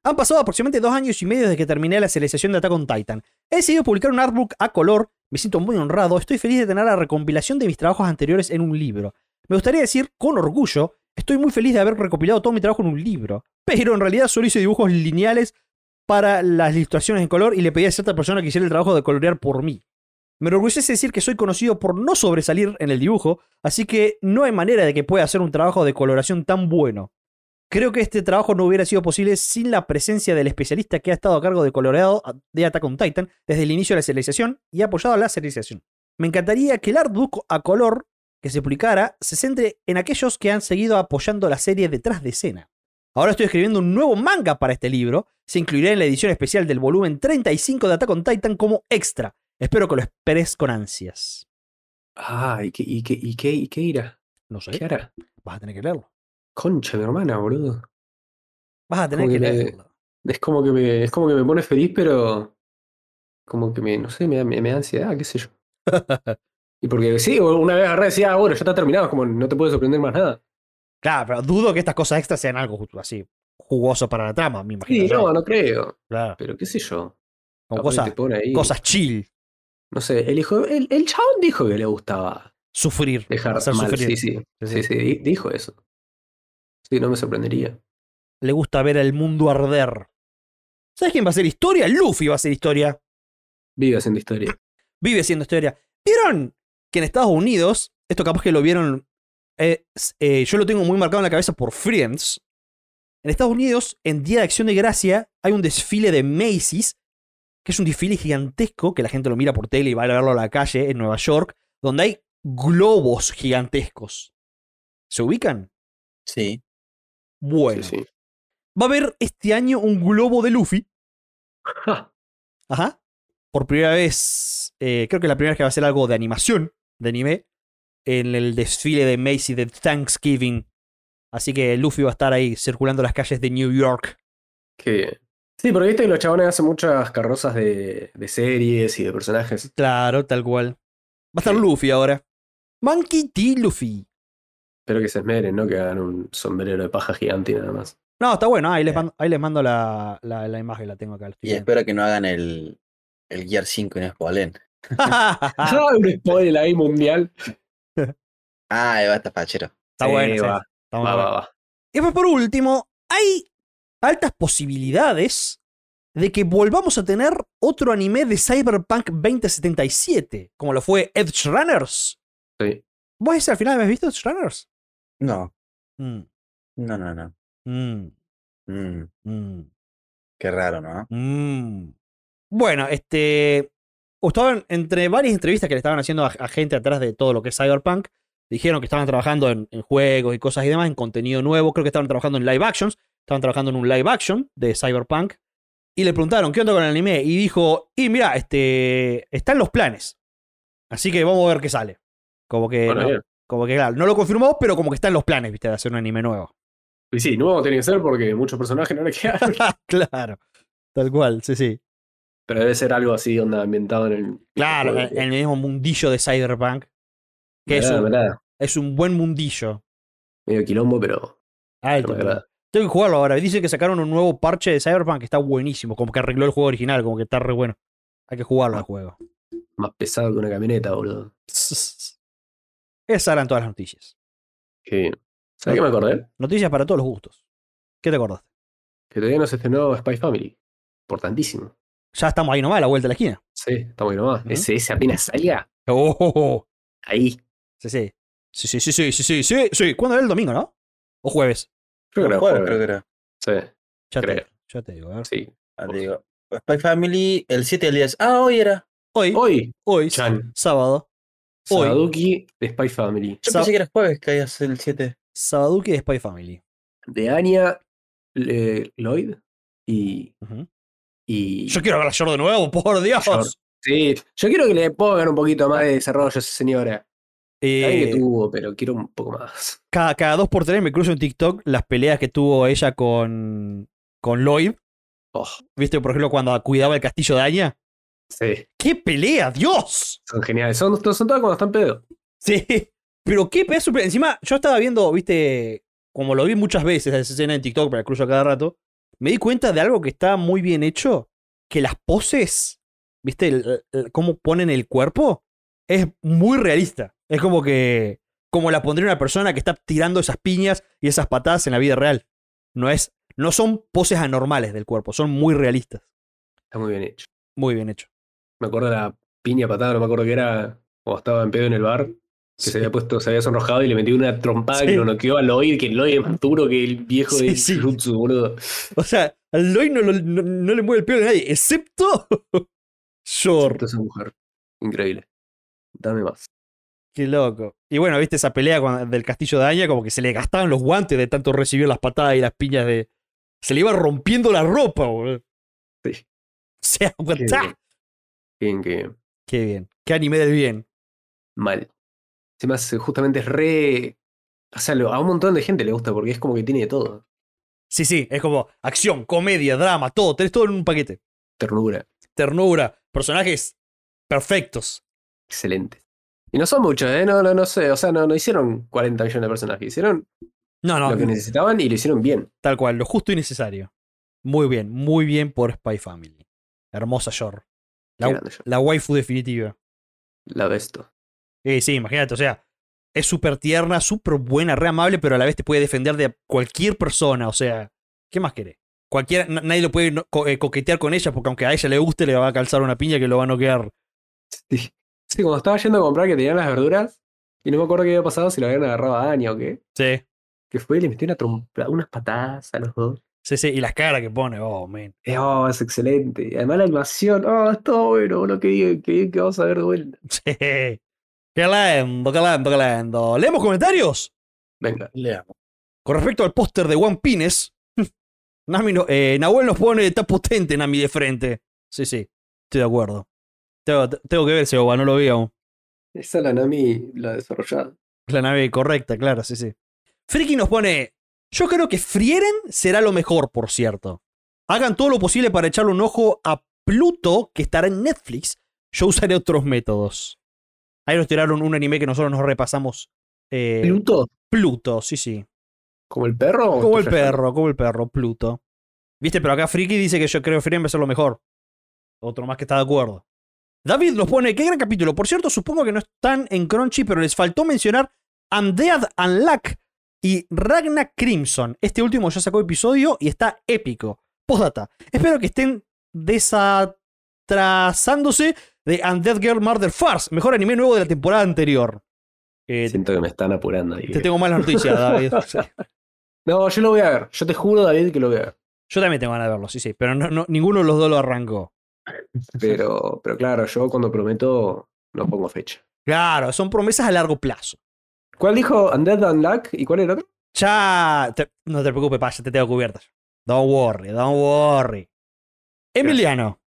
Speaker 1: Han pasado aproximadamente dos años y medio desde que terminé la serialización de Attack on Titan. He decidido publicar un artbook a color. Me siento muy honrado. Estoy feliz de tener la recompilación de mis trabajos anteriores en un libro. Me gustaría decir, con orgullo, estoy muy feliz de haber recopilado todo mi trabajo en un libro. Pero en realidad solo hice dibujos lineales para las ilustraciones en color y le pedí a cierta persona que hiciera el trabajo de colorear por mí. Me enorgullece decir que soy conocido por no sobresalir en el dibujo, así que no hay manera de que pueda hacer un trabajo de coloración tan bueno. Creo que este trabajo no hubiera sido posible sin la presencia del especialista que ha estado a cargo de coloreado de Attack on Titan desde el inicio de la serialización y ha apoyado a la serialización. Me encantaría que el artbook a color que se publicara se centre en aquellos que han seguido apoyando la serie detrás de escena. Ahora estoy escribiendo un nuevo manga para este libro, se incluirá en la edición especial del volumen 35 de Attack on Titan como extra. Espero que lo esperes con ansias.
Speaker 2: Ah, ¿y qué, y qué, y qué, y qué irá?
Speaker 1: No sé,
Speaker 2: ¿Qué hará?
Speaker 1: vas a tener que leerlo.
Speaker 2: Concha, mi hermana, boludo.
Speaker 1: Vas a tener
Speaker 2: Como
Speaker 1: que
Speaker 2: que le-
Speaker 1: leerlo.
Speaker 2: Es como que me, es como que me pone feliz, pero como que me, no sé, me da, me, me da ansiedad, qué sé yo. Y porque sí, una vez agarré y decía, ah, bueno, ya está terminado, es como no te puede sorprender más nada.
Speaker 1: Claro, pero dudo que estas cosas extras sean algo ju- así jugoso para la trama, me imagino.
Speaker 2: Sí,
Speaker 1: yo.
Speaker 2: no, no creo.
Speaker 1: Claro,
Speaker 2: Pero qué sé yo.
Speaker 1: como
Speaker 2: capaz que
Speaker 1: cosas,
Speaker 2: te pone ahí.
Speaker 1: cosas chill.
Speaker 2: No sé, el hijo, el, el chabón dijo que le gustaba
Speaker 1: Sufrir.
Speaker 2: dejar
Speaker 1: hacer
Speaker 2: mal.
Speaker 1: sufrir.
Speaker 2: Sí, sí,
Speaker 1: Sí, sí.
Speaker 2: sí, sí, di- dijo eso. Sí, no me sorprendería.
Speaker 1: Le gusta ver el mundo arder. ¿Sabes quién va a ser historia? Luffy va a ser historia.
Speaker 2: Vive haciendo historia.
Speaker 1: Vive siendo historia. ¿Vieron que en Estados Unidos, esto capaz que lo vieron, eh, s- eh, yo lo tengo muy marcado en la cabeza por Friends. En Estados Unidos, en Día de Acción de Gracia, hay un desfile de Macy's, que es un desfile gigantesco, que la gente lo mira por tele y va a verlo a la calle en Nueva York, donde hay globos gigantescos. ¿Se ubican?
Speaker 3: Sí.
Speaker 1: Bueno.
Speaker 2: Sí, sí.
Speaker 1: Va a haber este año un globo de Luffy.
Speaker 2: Ja,
Speaker 1: Ajá. Por primera vez, eh, creo que es la primera vez que va a ser algo de animación, de anime, en el desfile de Macy de Thanksgiving. Así que Luffy va a estar ahí circulando las calles de New York.
Speaker 2: qué bien. Sí, porque viste que los chabones hacen muchas carrozas de, de series y de personajes.
Speaker 1: Claro, tal cual. Va a estar
Speaker 2: Sí.
Speaker 1: Luffy ahora. Monkey D. Luffy.
Speaker 2: Espero que se esmeren, ¿no? Que hagan un sombrero de paja gigante y nada más.
Speaker 1: No, está bueno. Ahí les
Speaker 3: Bien.
Speaker 1: mando, ahí les mando la, la- la imagen, la tengo acá. la estoy
Speaker 3: Y
Speaker 1: viendo.
Speaker 3: espero que no hagan el, el Gear 5 en Spolen.
Speaker 1: está
Speaker 2: Ah, un spoiler ahí mundial.
Speaker 3: Ah, va a estar fachero.
Speaker 2: Sí,
Speaker 1: bueno. sí,
Speaker 2: va,
Speaker 1: está
Speaker 2: va,
Speaker 1: bueno.
Speaker 2: va, va.
Speaker 1: Y después, por último, hay altas posibilidades de que volvamos a tener otro anime de Cyberpunk 2077, como lo fue Edge Runners.
Speaker 2: Sí.
Speaker 1: ¿Vos ese al final habéis visto Edge Runners?
Speaker 3: No,
Speaker 1: Mm,
Speaker 3: no, no, no.
Speaker 1: mm,
Speaker 3: Mm,
Speaker 1: mm,
Speaker 3: qué raro, ¿no?
Speaker 1: mm. Bueno, este. Estaban entre varias entrevistas que le estaban haciendo a, a gente atrás de todo lo que es Cyberpunk. Dijeron que estaban trabajando en, en juegos y cosas y demás, en contenido nuevo. Creo que estaban trabajando en live actions. Estaban trabajando en un live action de Cyberpunk. Y le preguntaron, ¿qué onda con el anime? Y dijo, y mira, este, están los planes. Así que vamos a ver qué sale. Como que,
Speaker 2: Bueno,
Speaker 1: no,
Speaker 2: bien.
Speaker 1: como que claro, no lo confirmó, pero como que están los planes, viste, de hacer un anime nuevo.
Speaker 2: Y sí, nuevo tiene que ser porque muchos personajes no le quedan.
Speaker 1: claro, tal cual, sí, sí.
Speaker 2: Pero debe ser algo así, onda, ambientado en el.
Speaker 1: Claro, en en el mismo mundillo de Cyberpunk. Que es
Speaker 2: Verdad,
Speaker 1: un,
Speaker 2: verdad.
Speaker 1: es un buen mundillo.
Speaker 2: Medio quilombo, pero.
Speaker 1: Alto,
Speaker 2: pero me agrada.
Speaker 1: Tengo que jugarlo ahora. Dicen que sacaron un nuevo parche de Cyberpunk que está buenísimo. Como que arregló el juego original, como que está re bueno. Hay que jugarlo al juego.
Speaker 2: Más pesado que una camioneta, boludo.
Speaker 1: Esas eran todas las noticias. Ah.
Speaker 2: Qué bien. ¿Sabes qué me acordé?
Speaker 1: Noticias para todos los gustos. ¿Qué te acordaste?
Speaker 2: Que que todavía no se estrenó Spy Family. Importantísimo.
Speaker 1: Ya estamos ahí nomás, a la vuelta de la esquina.
Speaker 2: Sí, está muy nomás.
Speaker 1: Ujú.
Speaker 2: Ese, ese apenas salga.
Speaker 1: Oh, oh, oh.
Speaker 2: Ahí.
Speaker 1: Sí, sí. Sí, sí, sí, sí, sí, sí, sí, sí. ¿Cuándo era el domingo, no? ¿O jueves?
Speaker 2: Yo creo que
Speaker 3: Juego,
Speaker 2: juega.
Speaker 3: creo que era.
Speaker 2: Sí,
Speaker 1: Ya, te,
Speaker 2: Creo.
Speaker 1: ya te digo. a ver.
Speaker 2: sí.
Speaker 3: Ah, te digo. Spy Family, el 7 al 10. Ah, hoy era.
Speaker 1: Hoy, hoy,
Speaker 2: Hoy, Chan.
Speaker 1: sábado. Hoy.
Speaker 2: Saduki de Spy Family.
Speaker 3: Yo
Speaker 1: Sa-
Speaker 3: pensé que era jueves que hayas el 7.
Speaker 1: Sabaduki de Spy Family.
Speaker 2: De Anya eh, Lloyd y.
Speaker 1: Ujú.
Speaker 2: y
Speaker 1: Yo quiero ver a Shore de nuevo, por Dios.
Speaker 2: Shore. Sí, yo quiero que le pongan un poquito más de desarrollo a esa señora. Está bien
Speaker 1: Eh,
Speaker 2: que tuvo, pero quiero un poco más.
Speaker 1: cada, cada dos por tres me cruzo en TikTok las peleas que tuvo ella con, con Lloyd.
Speaker 2: Oh,
Speaker 1: ¿Viste, por ejemplo, cuando cuidaba el castillo de Aña?
Speaker 2: sí,
Speaker 1: ¡Qué pelea, Dios!
Speaker 2: son geniales. Son, son todas cuando están pedo.
Speaker 1: Sí, pero qué pelea super- Encima, yo estaba viendo, viste, como lo vi muchas veces esa escena en TikTok, pero la cruzo a cada rato, me di cuenta de algo que está muy bien hecho, que las poses, viste, el- el- cómo ponen el cuerpo, es muy realista. Es como que, como la pondría una persona que está tirando esas piñas y esas patadas en la vida real. No es, no son poses anormales del cuerpo, son muy realistas.
Speaker 2: Está muy bien hecho.
Speaker 1: Muy bien hecho.
Speaker 2: Me acuerdo de la piña patada, no me acuerdo que era cuando estaba en pedo en el bar, que se había puesto, se había sonrojado y le metió una trompada
Speaker 1: Sí.
Speaker 2: que lo noqueó a Lloyd, que Lloyd es más duro que el viejo
Speaker 1: Sí,
Speaker 2: de
Speaker 1: sí.
Speaker 2: Jutsu, boludo.
Speaker 1: O sea, al Lloyd no, lo- no- no le mueve el pelo a nadie, excepto Short.
Speaker 2: Excepto esa mujer. Increíble. Dame más.
Speaker 1: Qué loco. Y bueno, viste esa pelea con- del castillo de Aña, como que se le gastaban los guantes de tanto recibir las patadas y las piñas de. Se le iba rompiendo la ropa, boludo.
Speaker 2: Sí.
Speaker 1: O sea,
Speaker 2: Qué
Speaker 1: aguantá.
Speaker 2: bien, qué bien.
Speaker 1: Qué bien. Qué anime del bien.
Speaker 2: Mal. Además, justamente es re. O sea, lo- a un montón de gente le gusta porque es como que tiene de todo.
Speaker 1: Sí, sí, es como acción, comedia, drama, todo. Tenés todo en un paquete.
Speaker 2: Ternura.
Speaker 1: Ternura, personajes perfectos.
Speaker 2: Excelente. Y no son muchos, ¿eh? No, no, no sé. O sea, no, no hicieron 40 millones de personajes. Hicieron
Speaker 1: No, no,
Speaker 2: lo que necesitaban y lo hicieron bien.
Speaker 1: tal cual, lo justo y necesario. Muy bien, muy bien por Spy Family. Hermosa Yor.
Speaker 2: Qué
Speaker 1: La,
Speaker 2: grande yo.
Speaker 1: la waifu definitiva.
Speaker 2: La besto.
Speaker 1: Eh, sí, imagínate, o sea, es súper tierna, súper buena, re amable, pero a la vez te puede defender de cualquier persona, o sea, ¿qué más querés? Cualquiera, na- nadie lo puede no- co- eh, coquetear con ella, porque aunque a ella le guste, le va a calzar una piña que lo va a noquear.
Speaker 2: Sí. Sí, cuando estaba yendo a comprar que tenían las verduras, y no me acuerdo qué había pasado, si lo habían agarrado a Anya o qué,
Speaker 1: Sí,
Speaker 2: que fue y le metió una trompa, unas patadas a los dos.
Speaker 1: sí, sí, y las caras que pone, oh, man.
Speaker 2: Eh, oh, es excelente. Además la animación, oh, es todo bueno, lo que bien, qué bien que vamos a ver de vuelta.
Speaker 1: Sí. Qué lindo, qué lindo, qué lindo. ¿Leemos comentarios?
Speaker 2: Venga.
Speaker 3: Leamos.
Speaker 1: Con respecto al póster de One Pines, Nami no- eh, Nahuel nos pone, está potente Nami de frente. Sí, sí, estoy de acuerdo. Tengo, tengo que ver ese OVA, no lo vi aún.
Speaker 2: Esa es la Nami, la desarrollada.
Speaker 1: La nave correcta, claro, sí, sí. Friki nos pone. Yo creo que Frieren será lo mejor, por cierto. Hagan todo lo posible para echarle un ojo a Pluto, que estará en Netflix. Yo usaré otros métodos. Ahí nos tiraron un anime que nosotros nos repasamos. eh,
Speaker 2: Pluto.
Speaker 1: Pluto, sí, sí.
Speaker 2: ¿Como el perro? o
Speaker 1: Como el
Speaker 2: estoy flasheando?
Speaker 1: perro, como el perro, Pluto. Viste, pero acá Friki dice que yo creo que Frieren va a ser lo mejor. Otro más que está de acuerdo. David nos pone, qué gran capítulo. Por cierto, supongo que no están en Crunchy, pero les faltó mencionar Undead Unluck y Ragna Crimson. Este último ya sacó episodio y está épico. Postdata. Espero que estén desatrasándose de Undead Girl Murder Farce, mejor anime nuevo de la temporada anterior. Eh,
Speaker 2: Siento que me están apurando. ahí.
Speaker 1: te tengo malas noticias, David.
Speaker 2: No, yo lo voy a ver. Yo te juro, David, que lo voy a ver.
Speaker 1: Yo también tengo ganas de verlo, sí, sí. Pero no, no- ninguno de los dos lo arrancó.
Speaker 2: Pero, pero claro, yo cuando prometo, no pongo fecha.
Speaker 1: Claro, son promesas a largo plazo.
Speaker 2: ¿Cuál dijo Undead Unluck? ¿Y cuál era el otro?
Speaker 1: Ya. te- no te preocupes, pa, ya te tengo cubierta. Don't worry, don't worry. Emiliano.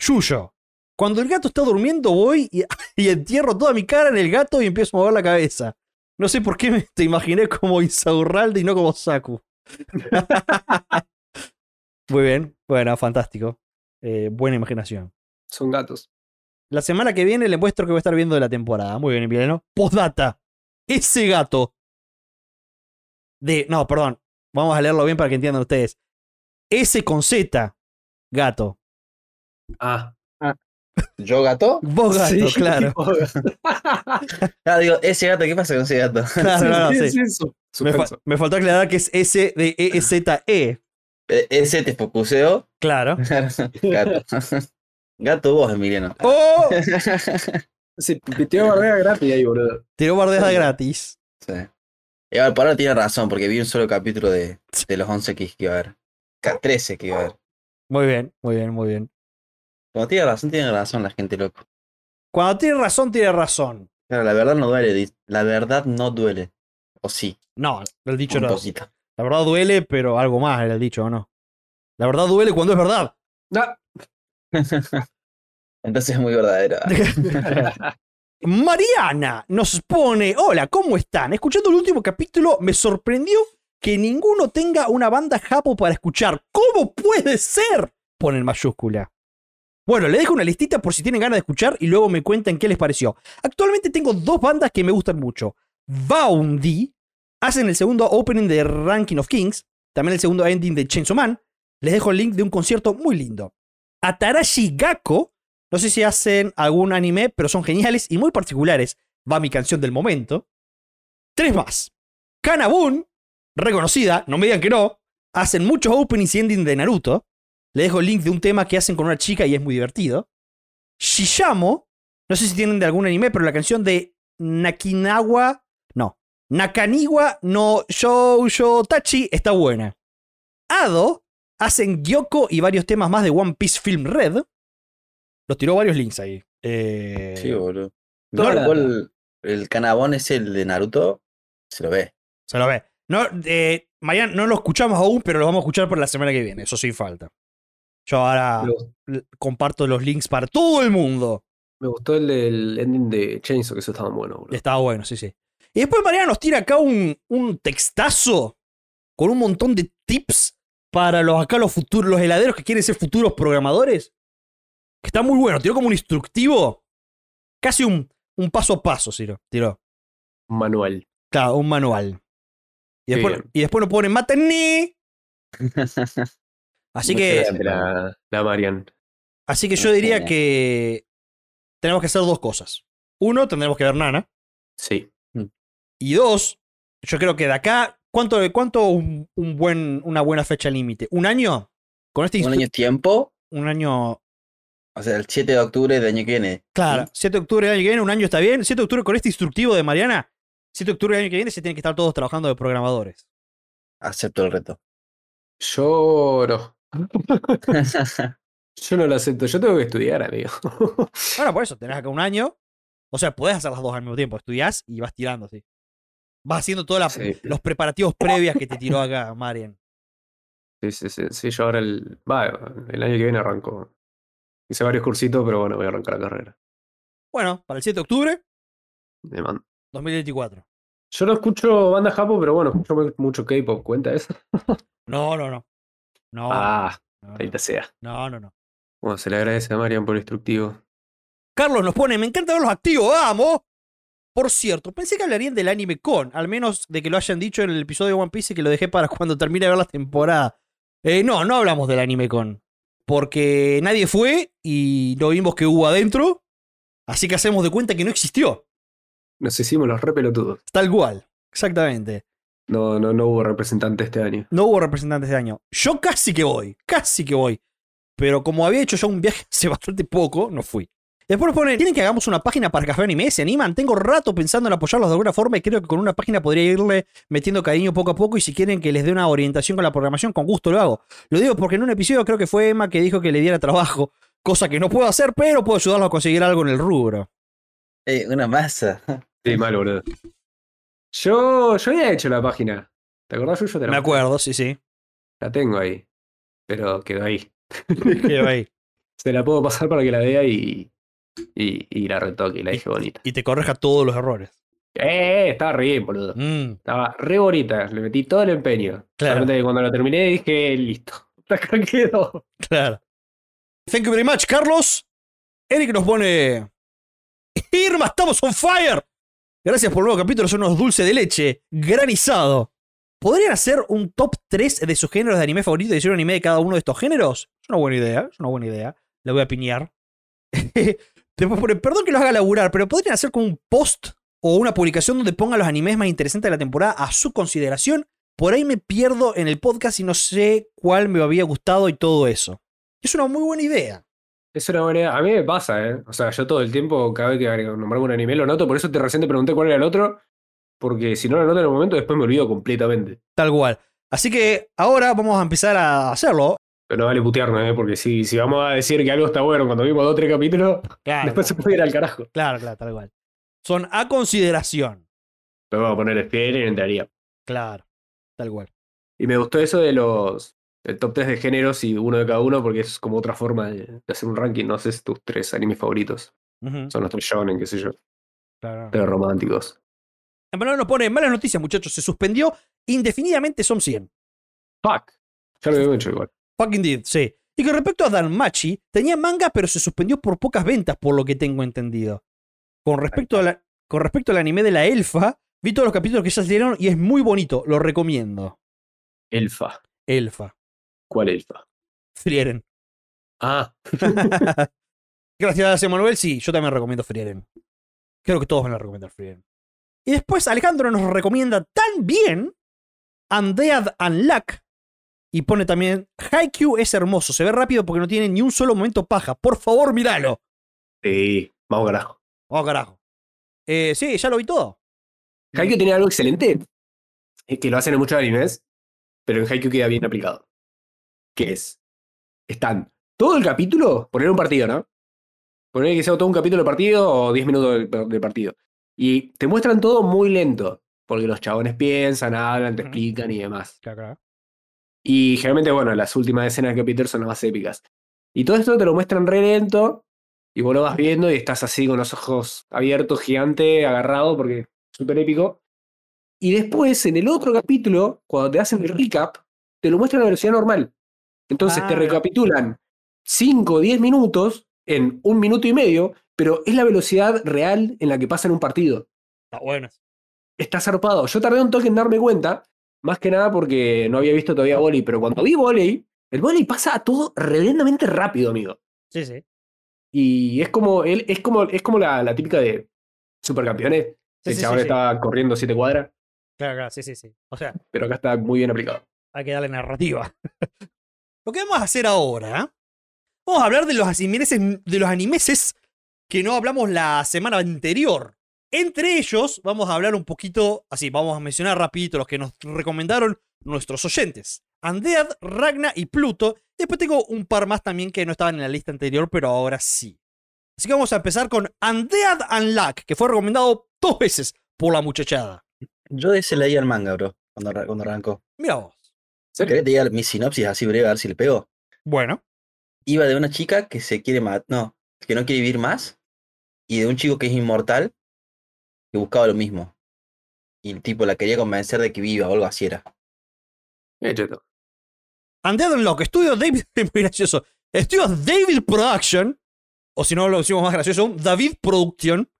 Speaker 1: Yuyo. Cuando el gato está durmiendo, voy y, y entierro toda mi cara en el gato y empiezo a mover la cabeza. No sé por qué me, te imaginé como Isaurralde y no como Saku. Muy bien, bueno, fantástico. Eh, buena imaginación.
Speaker 2: Son gatos.
Speaker 1: La semana que viene le muestro que voy a estar viendo de la temporada. Muy bien, Emiliano. Postdata. Ese gato. De. No, perdón. Vamos a leerlo bien para que entiendan ustedes. Ese con Z. Gato.
Speaker 2: Ah,
Speaker 3: ¿Yo gato?
Speaker 1: Vos gato,
Speaker 2: sí,
Speaker 1: claro.
Speaker 2: tipo-
Speaker 3: Ah, digo, ese gato, ¿qué pasa con ese gato?
Speaker 1: Claro, no, no,
Speaker 2: Sí,
Speaker 1: sí.
Speaker 2: sí, eso.
Speaker 1: Me, fa-
Speaker 2: Suspenso.
Speaker 1: me faltó aclarar que es S de E Z E.
Speaker 3: E- Ese te focuseó.
Speaker 1: Claro.
Speaker 3: Gato. Gato vos, Emiliano.
Speaker 1: ¡Oh!
Speaker 2: Se piteó Barbera gratis ahí, boludo.
Speaker 1: Tiró bardeada gratis.
Speaker 3: Sí. Igual, por ahora tiene razón, porque vi un solo capítulo de, de los 11 que iba a haber. Ca- 13 que iba a haber.
Speaker 1: Muy bien, muy bien, muy bien.
Speaker 3: Cuando tiene razón, tiene razón la gente, loco.
Speaker 1: Cuando tiene razón, tiene razón.
Speaker 3: Claro, la verdad no duele, dis- la verdad no duele. O sí,
Speaker 1: No, el dicho
Speaker 3: un
Speaker 1: era.
Speaker 3: poquito.
Speaker 1: La verdad duele, pero algo más era el dicho, ¿o no? La verdad duele cuando es verdad.
Speaker 2: No.
Speaker 3: Entonces es muy verdadera.
Speaker 1: Mariana nos pone, hola, ¿cómo están? Escuchando el último capítulo, me sorprendió que ninguno tenga una banda japo para escuchar. ¿Cómo puede ser? Pone en mayúscula. Bueno, le dejo una listita por si tienen ganas de escuchar y luego me cuentan qué les pareció. Actualmente tengo dos bandas que me gustan mucho. Boundy, hacen el segundo opening de Ranking of Kings, también el segundo ending de Chainsaw Man. Les dejo el link de un concierto muy lindo. Atarashi Gakko no sé si hacen algún anime, pero son geniales y muy particulares. Va mi canción del momento. Tres más. Kanabun, reconocida, no me digan que no. Hacen muchos openings y endings de Naruto. Le dejo el link de un tema que hacen con una chica y es muy divertido. Shishamo, no sé si tienen de algún anime, pero la canción de Nakinawa, no, Nakaniwa no Shoujo Tachi está buena. Ado, hacen Gyoko y varios temas más de One Piece Film Red. Los tiró varios links ahí. Eh,
Speaker 3: Sí, boludo.
Speaker 2: Toda
Speaker 3: Igual-
Speaker 2: la-
Speaker 3: igual el canabón es el de Naruto, se lo ve.
Speaker 1: se lo ve. No, eh, Marian, no lo escuchamos aún, pero lo vamos a escuchar por la semana que viene. Eso sí falta. Yo ahora
Speaker 2: Me gustó-
Speaker 1: l- comparto los links para todo el mundo.
Speaker 2: Me gustó el del ending de Chainsaw, que eso estaba bueno, boludo.
Speaker 1: Está bueno, sí, sí. Y después Mariana nos tira acá un, un textazo con un montón de tips para los acá los futuros, los heladeros que quieren ser futuros programadores. Que está muy bueno. Tiró como un instructivo. Casi un, un paso a paso, Ciro. Tiró.
Speaker 2: Un Manual.
Speaker 1: Claro, un manual. Y
Speaker 2: Qué
Speaker 1: después,
Speaker 2: bien.
Speaker 1: y después lo ponen Matane. Así
Speaker 3: Muchas
Speaker 1: que,
Speaker 3: gracias.
Speaker 2: De la, la Marian.
Speaker 1: así que yo diría
Speaker 3: Genial.
Speaker 1: que tenemos que hacer dos cosas. Uno, tendremos que ver Nana.
Speaker 2: Sí.
Speaker 1: Y dos, yo creo que de acá, ¿cuánto, cuánto un, un buen, una buena fecha límite? ¿Un año? Con este
Speaker 3: Un
Speaker 1: instru-
Speaker 3: año tiempo,
Speaker 1: un año.
Speaker 3: o sea, el 7 de octubre del año que viene.
Speaker 1: Claro, 7 de octubre del año que viene, un año está bien. 7 de octubre con este instructivo de Mariana. 7 de octubre del año que viene se tienen que estar todos trabajando de programadores.
Speaker 3: Acepto el reto.
Speaker 2: Yo no. Yo no lo acepto. Yo tengo que estudiar, amigo.
Speaker 1: Bueno, por eso, tenés acá un año. O sea, podés hacer las dos al mismo tiempo. Estudiás y vas tirando, sí. Vas haciendo todos
Speaker 2: Sí.
Speaker 1: los preparativos previas que te tiró acá, Marian.
Speaker 2: Sí, sí, sí, sí, yo ahora el. Va, el año que viene arranco. Hice varios cursitos, pero bueno, voy a arrancar la carrera.
Speaker 1: Bueno, para el 7 de octubre
Speaker 2: Me mando.
Speaker 1: 2024.
Speaker 2: Yo no escucho banda japo, pero bueno, escucho mu- mucho K-pop, ¿cuenta eso?
Speaker 1: No, no, no. No,
Speaker 2: Ah,
Speaker 1: no, no,
Speaker 2: ahorita sea.
Speaker 1: no, no, no.
Speaker 2: Bueno, se le agradece a Marian por el instructivo.
Speaker 1: Carlos nos pone, me encanta verlos activos, vamos. Por cierto, pensé que hablarían del anime con, al menos de que lo hayan dicho en el episodio de One Piece y que lo dejé para cuando termine de ver la temporada. Eh, no, no hablamos del anime con. Porque nadie fue y no vimos que hubo adentro. Así que hacemos de cuenta que no existió.
Speaker 2: Nos hicimos los repelotudos.
Speaker 1: Tal cual. Exactamente.
Speaker 2: No, no, no hubo representante este año.
Speaker 1: No hubo representantes de año. Yo casi que voy, casi que voy. Pero como había hecho ya un viaje hace bastante poco, no fui. Después ponen, ¿tienen que hagamos una página para Café Anime? ¿Se animan? Tengo rato pensando en apoyarlos de alguna forma y creo que con una página podría irle metiendo cariño poco a poco y si quieren que les dé una orientación con la programación, con gusto lo hago. Lo digo porque en un episodio creo que fue Emma que dijo que le diera trabajo, cosa que no puedo hacer, pero puedo ayudarlos a conseguir algo en el rubro.
Speaker 3: Eh, una masa.
Speaker 2: Sí, mal, boludo. Yo, yo había hecho la página. ¿Te acordás, yo, yo te la,
Speaker 1: Me acuerdo, sí, sí.
Speaker 2: la tengo ahí. Pero quedó ahí.
Speaker 1: Quedó ahí.
Speaker 2: Se la puedo pasar para que la vea y, y, y la retoque y la dije bonita.
Speaker 1: Y te corrija todos los errores.
Speaker 2: ¡Eh! eh, Estaba re bien, boludo.
Speaker 1: Mm.
Speaker 2: Estaba re bonita. Le metí todo el empeño.
Speaker 1: Claro.
Speaker 2: Solamente que cuando la terminé dije, listo. Acá quedó.
Speaker 1: Claro. Thank you very much, Carlos. Eric nos pone. Irma, estamos on fire. Gracias por el nuevo capítulo. Son unos dulces de leche. Granizado. ¿Podrían hacer un top 3 de sus géneros de anime favoritos y hacer un anime de cada uno de estos géneros? Es una buena idea, es una buena idea. La voy a piñar. Después pone, perdón que los haga laburar, pero podrían hacer como un post o una publicación donde pongan los animes más interesantes de la temporada a su consideración Por ahí me pierdo en el podcast y no sé cuál me había gustado y todo eso. Es una muy buena idea.
Speaker 2: Es una buena idea. A mí me pasa, ¿eh? O sea, yo todo el tiempo, cada vez que nombramos un anime, lo noto. Por eso te recién te pregunté cuál era el otro. Porque si no lo noto en el momento, después me olvido completamente.
Speaker 1: Tal cual. Así que ahora vamos a empezar a hacerlo.
Speaker 2: Pero no vale putearnos, ¿eh? Porque si, si vamos a decir que algo está bueno cuando vimos dos o tres capítulos,
Speaker 1: Claro,
Speaker 2: después se puede ir al carajo.
Speaker 1: claro, claro, tal cual. Son a consideración.
Speaker 2: Pero vamos a poner Spider y entraría.
Speaker 1: Claro, tal cual.
Speaker 2: Y me gustó eso de los el top 3 de géneros y uno de cada uno, porque es como otra forma de, de hacer un ranking. No sé si tus tres animes favoritos
Speaker 1: Ujú,
Speaker 2: son los tres shonen, qué sé yo,
Speaker 1: claro.
Speaker 2: pero románticos.
Speaker 1: Emanuel nos pone malas noticias, muchachos. Se suspendió indefinidamente son 100.
Speaker 2: Fuck. Ya lo veo mucho igual.
Speaker 1: Fucking did, sí. Y que respecto a Danmachi, tenía manga, pero se suspendió por pocas ventas, por lo que tengo entendido. Con respecto, a la- con respecto al anime de la elfa, vi todos los capítulos que ya salieron y es muy bonito, lo recomiendo.
Speaker 2: Elfa.
Speaker 1: Elfa,
Speaker 2: ¿Cuál elfa?
Speaker 1: Frieren.
Speaker 2: Ah,
Speaker 1: Gracias, Emanuel. Sí, yo también recomiendo Frieren. Creo que todos van a recomendar Frieren. Y después Alejandro nos recomienda también Undead Unluck. Y pone también Haikyuu es hermoso. Se ve rápido porque no tiene ni un solo momento paja. Por favor, míralo.
Speaker 2: sí. Vamos carajo.
Speaker 1: Oh, carajo. Eh, sí, ya lo vi todo.
Speaker 2: Haikyuu tiene algo excelente, eh, que lo hacen en muchos animes, pero en Haikyuu queda bien aplicado. Que es, están todo el capítulo, poner un partido, ¿no? Poner que sea todo un capítulo de partido o 10 minutos del del partido. Y te muestran todo muy lento, porque los chabones piensan, hablan, te
Speaker 1: Ujú.
Speaker 2: explican y demás. Y generalmente, bueno, las últimas escenas de Peter son las más épicas. Y todo esto te lo muestran re lento. Y vos lo vas viendo y estás así con los ojos abiertos, gigante, agarrado, porque es súper épico. Y después, en el otro capítulo, cuando te hacen el recap, te lo muestran a velocidad normal. Entonces te
Speaker 1: Ah.
Speaker 2: recapitulan 5 o 10 minutos en un minuto y medio, pero es la velocidad real en la que pasan un partido
Speaker 1: Está bueno.
Speaker 2: está zarpado. Yo tardé un toque en darme cuenta, más que nada porque no había visto todavía volei, pero cuando vi volei, el volei pasa a todo reverendamente rápido, amigo.
Speaker 1: Sí, sí.
Speaker 2: Y es como, él, es como, es como la, la típica de supercampeones.
Speaker 1: Sí,
Speaker 2: el
Speaker 1: sí,
Speaker 2: chabón
Speaker 1: sí, sí.
Speaker 2: estaba corriendo siete cuadras,
Speaker 1: Claro, claro, sí, sí, sí. O sea,
Speaker 2: pero acá está muy bien aplicado.
Speaker 1: hay que darle narrativa. lo que vamos a hacer ahora, ¿eh? vamos a hablar de los animeses, de los animeses que no hablamos la semana anterior. Entre ellos, vamos a hablar un poquito, así, vamos a mencionar rapidito los que nos recomendaron nuestros oyentes. Andead, Ragna y Pluto. Después tengo un par más también que no estaban en la lista anterior, pero ahora sí. Así que vamos a empezar con Andead Unluck, que fue recomendado dos veces por la muchachada.
Speaker 3: Yo de ese leí el manga, bro, cuando, arran- cuando arrancó.
Speaker 1: Mira vos.
Speaker 3: ¿Querés que te diga mi sinopsis así breve a ver si le pego?
Speaker 1: Bueno.
Speaker 3: Iba de una chica que se quiere matar, no, que no quiere vivir más, y de un chico que es inmortal, que buscaba lo mismo. Y el tipo la quería convencer de que viva o algo así era.
Speaker 2: Eh, cheto.
Speaker 1: Undead Unlock, estudio David, muy gracioso. Estudio David Production, o si no lo decimos más gracioso, aún, David Production,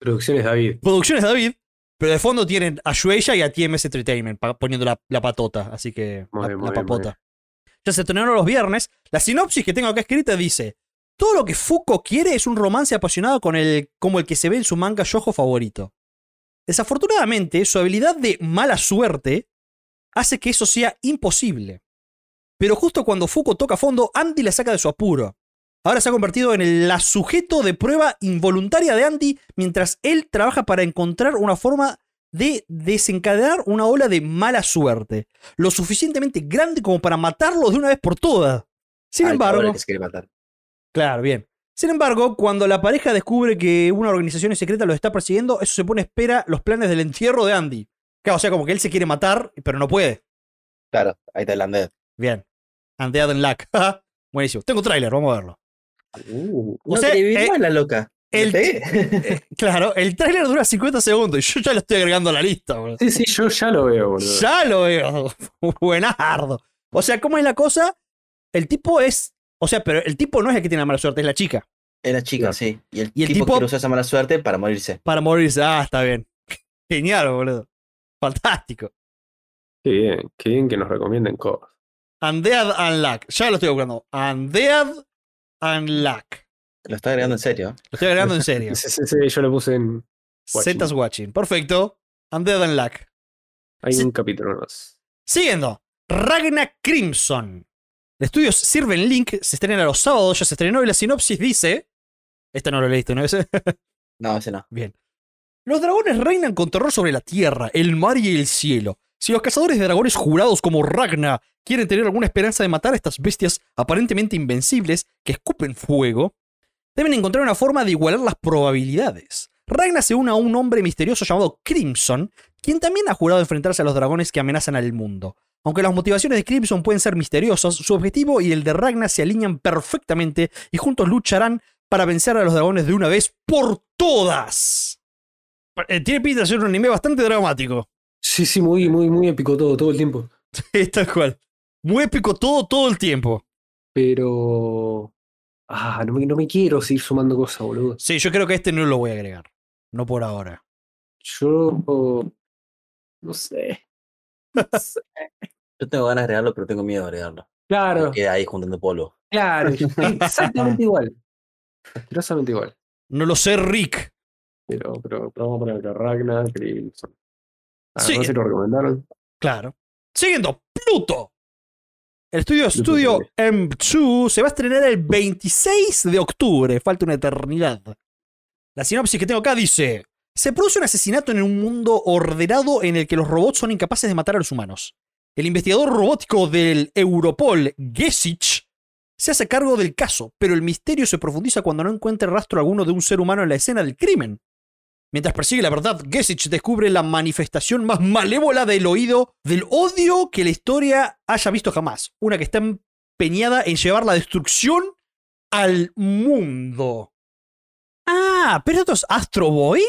Speaker 2: Producciones David.
Speaker 1: Producciones David, pero de fondo tienen a Shueisha y a TMS Entertainment pa- poniendo la, la patota, así que
Speaker 2: Muy
Speaker 1: la, la
Speaker 2: bien, muy bien, muy
Speaker 1: papota. Ya se estrenaron los viernes. La sinopsis que tengo acá escrita dice: Todo lo que Fuko quiere es un romance apasionado con el, como el que se ve en su manga yojo favorito. Desafortunadamente, su habilidad de mala suerte hace que eso sea imposible. Pero justo cuando Fuko toca fondo, Andy la saca de su apuro. Ahora se ha convertido en el la sujeto de prueba involuntaria de Andy mientras él trabaja para encontrar una forma de desencadenar una ola de mala suerte, lo suficientemente grande como para matarlo de una vez por todas. Sin
Speaker 3: Al chabón al
Speaker 1: embargo,
Speaker 3: que se quiere matar.
Speaker 1: Claro, bien. Sin embargo, cuando la pareja descubre que una organización secreta los está persiguiendo, eso se pone a espera los planes del entierro de Andy. Claro, o sea, como que él se quiere matar, pero no puede.
Speaker 3: Claro, ahí está el Undead.
Speaker 1: Bien. Andead en luck. Buenísimo. Tengo tráiler, vamos a verlo. O
Speaker 3: no
Speaker 1: sea,
Speaker 3: quiere vivir
Speaker 1: eh,
Speaker 3: más la loca. ¿Le
Speaker 1: el
Speaker 3: pegué?
Speaker 1: Claro, el tráiler dura 50 segundos y yo ya lo estoy agregando a la lista, boludo.
Speaker 2: Sí, sí, yo ya lo veo, boludo.
Speaker 1: Ya lo veo. Buenardo. O sea, ¿cómo es la cosa? El tipo es. O sea, pero el tipo no es el que tiene la mala suerte, es la chica.
Speaker 3: Era chica,
Speaker 2: Claro.
Speaker 3: sí. Y el,
Speaker 1: Y el
Speaker 3: tipo,
Speaker 1: tipo-
Speaker 3: quiere usar esa mala suerte para morirse.
Speaker 1: Para morirse. Ah, está bien. Genial, boludo. Fantástico.
Speaker 2: Qué bien, qué bien que nos recomienden cosas.
Speaker 1: Undead Unluck. Ya lo estoy buscando. Undead Unluck.
Speaker 3: Lo está agregando en serio.
Speaker 1: Lo estoy agregando en serio.
Speaker 2: Sí, sí, sí, yo lo puse en... watching.
Speaker 1: Zetas Watching. Perfecto. Undead Unluck.
Speaker 2: Hay
Speaker 1: Sí.
Speaker 2: un capítulo más.
Speaker 1: Siguiendo, Ragna Crimson. De estudios Sirven Link se estrena los sábados, ya se estrenó y la sinopsis dice. Esta no lo leíste, ¿no? Ese?
Speaker 3: No, ese no.
Speaker 1: Bien. Los dragones reinan con terror sobre la tierra, el mar y el cielo. Si los cazadores de dragones jurados como Ragna quieren tener alguna esperanza de matar a estas bestias aparentemente invencibles que escupen fuego, deben encontrar una forma de igualar las probabilidades. Ragna se une a un hombre misterioso llamado Crimson, quien también ha jurado enfrentarse a los dragones que amenazan al mundo. Aunque las motivaciones de Crimson pueden ser misteriosas, su objetivo y el de Ragna se alinean perfectamente y juntos lucharán para vencer a los dragones de una vez por todas. Eh, Tiene pinta de ser un anime bastante dramático.
Speaker 2: Sí, sí, muy, muy, muy épico todo, todo el tiempo.
Speaker 1: Es tal cual. Muy épico todo, todo el tiempo.
Speaker 2: Pero. Ah, no me, no me quiero seguir sumando cosas, boludo.
Speaker 1: Sí, yo creo que este no lo voy a agregar. No por ahora.
Speaker 2: Yo. No sé. No sé.
Speaker 3: Yo tengo ganas de agregarlo, pero tengo miedo de agregarlo.
Speaker 2: Claro,
Speaker 3: Queda ahí juntando polvo.
Speaker 2: claro. Exactamente igual. Asquerosamente igual.
Speaker 1: No lo sé, Rick.
Speaker 2: Pero, pero, pero vamos a poner a Ragnar Crimson. Ah,
Speaker 1: Sí.
Speaker 2: No se lo recomendaron.
Speaker 1: Claro. Siguiendo, Pluto. El estudio
Speaker 2: Pluto
Speaker 1: Studio
Speaker 2: TV.
Speaker 1: M2 se va a estrenar el 26 de octubre. Falta una eternidad. La sinopsis que tengo acá dice: Se produce un asesinato en un mundo ordenado en el que los robots son incapaces de matar a los humanos. El investigador robótico del Europol, Gesich, se hace cargo del caso, pero el misterio se profundiza cuando no encuentra rastro alguno de un ser humano en la escena del crimen. Mientras persigue la verdad, Gesich descubre la manifestación más malévola del oído del odio que la historia haya visto jamás. Una que está empeñada en llevar la destrucción al mundo. Ah, pero esto es Astro Boy.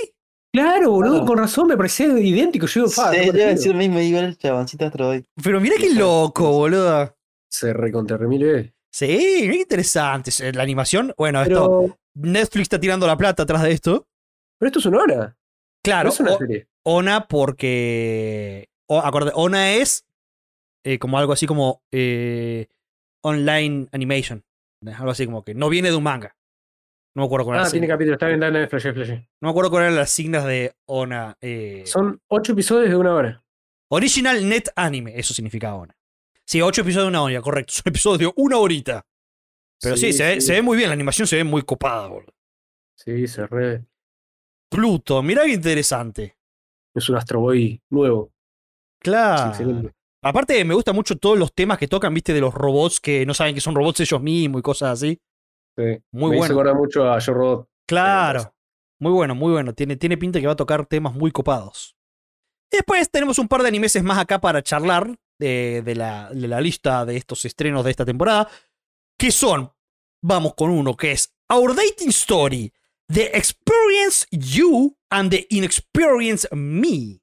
Speaker 2: Claro, boludo,
Speaker 3: Ah.
Speaker 2: con razón me parecía idéntico. Yo digo, pa, no me
Speaker 3: Sí, yo iba a
Speaker 2: refiero.
Speaker 3: decir lo mismo, digo, el chaboncito Astro Boy.
Speaker 1: Pero mirá qué loco, boludo.
Speaker 2: Se recontrarremile.
Speaker 1: Sí, mirá qué interesante. Eh, La animación.
Speaker 2: Ah,
Speaker 1: Bueno, esto.
Speaker 2: Pero,
Speaker 1: Netflix está tirando la plata atrás de esto.
Speaker 2: pero esto es una hora.
Speaker 1: Claro,
Speaker 2: no es una
Speaker 1: o-
Speaker 2: serie.
Speaker 1: Ona porque. o- acorde- Ona es eh, como algo así como eh, online animation. ¿no? Algo así como que no viene de un manga. No me acuerdo cuál
Speaker 2: Ah,
Speaker 1: eran
Speaker 2: tiene
Speaker 1: las siglas.
Speaker 2: capítulo. Está bien, dale, dale, flashé, flashé.
Speaker 1: No me acuerdo cuáles eran las siglas de Ona. eh,
Speaker 2: Son ocho episodios de una hora.
Speaker 1: Original Net Anime, eso significa Ona. Sí, ocho episodios de una hora, correcto. Son episodios de una horita. Pero sí, se, ve, se ve muy bien, la animación se ve muy copada, boludo.
Speaker 2: Sí, se re.
Speaker 1: Pluto, mirá qué interesante.
Speaker 2: Es un Astro Boy nuevo. Es
Speaker 1: Claro.
Speaker 2: excelente.
Speaker 1: Aparte, me gustan mucho todos los temas que tocan, viste, de los robots que no saben que son robots ellos mismos y cosas así.
Speaker 2: Sí.
Speaker 1: Muy
Speaker 2: me
Speaker 1: bueno.
Speaker 2: hizo acordar mucho a Yo Robot.
Speaker 1: Claro. Muy bueno, muy bueno. Tiene, tiene pinta que va a tocar temas muy copados. Y después tenemos un par de animeses más acá para charlar de, de la, de la lista de estos estrenos de esta temporada. Que son, vamos con uno, que es Our Dating Story. The Experience You and the Inexperience Me.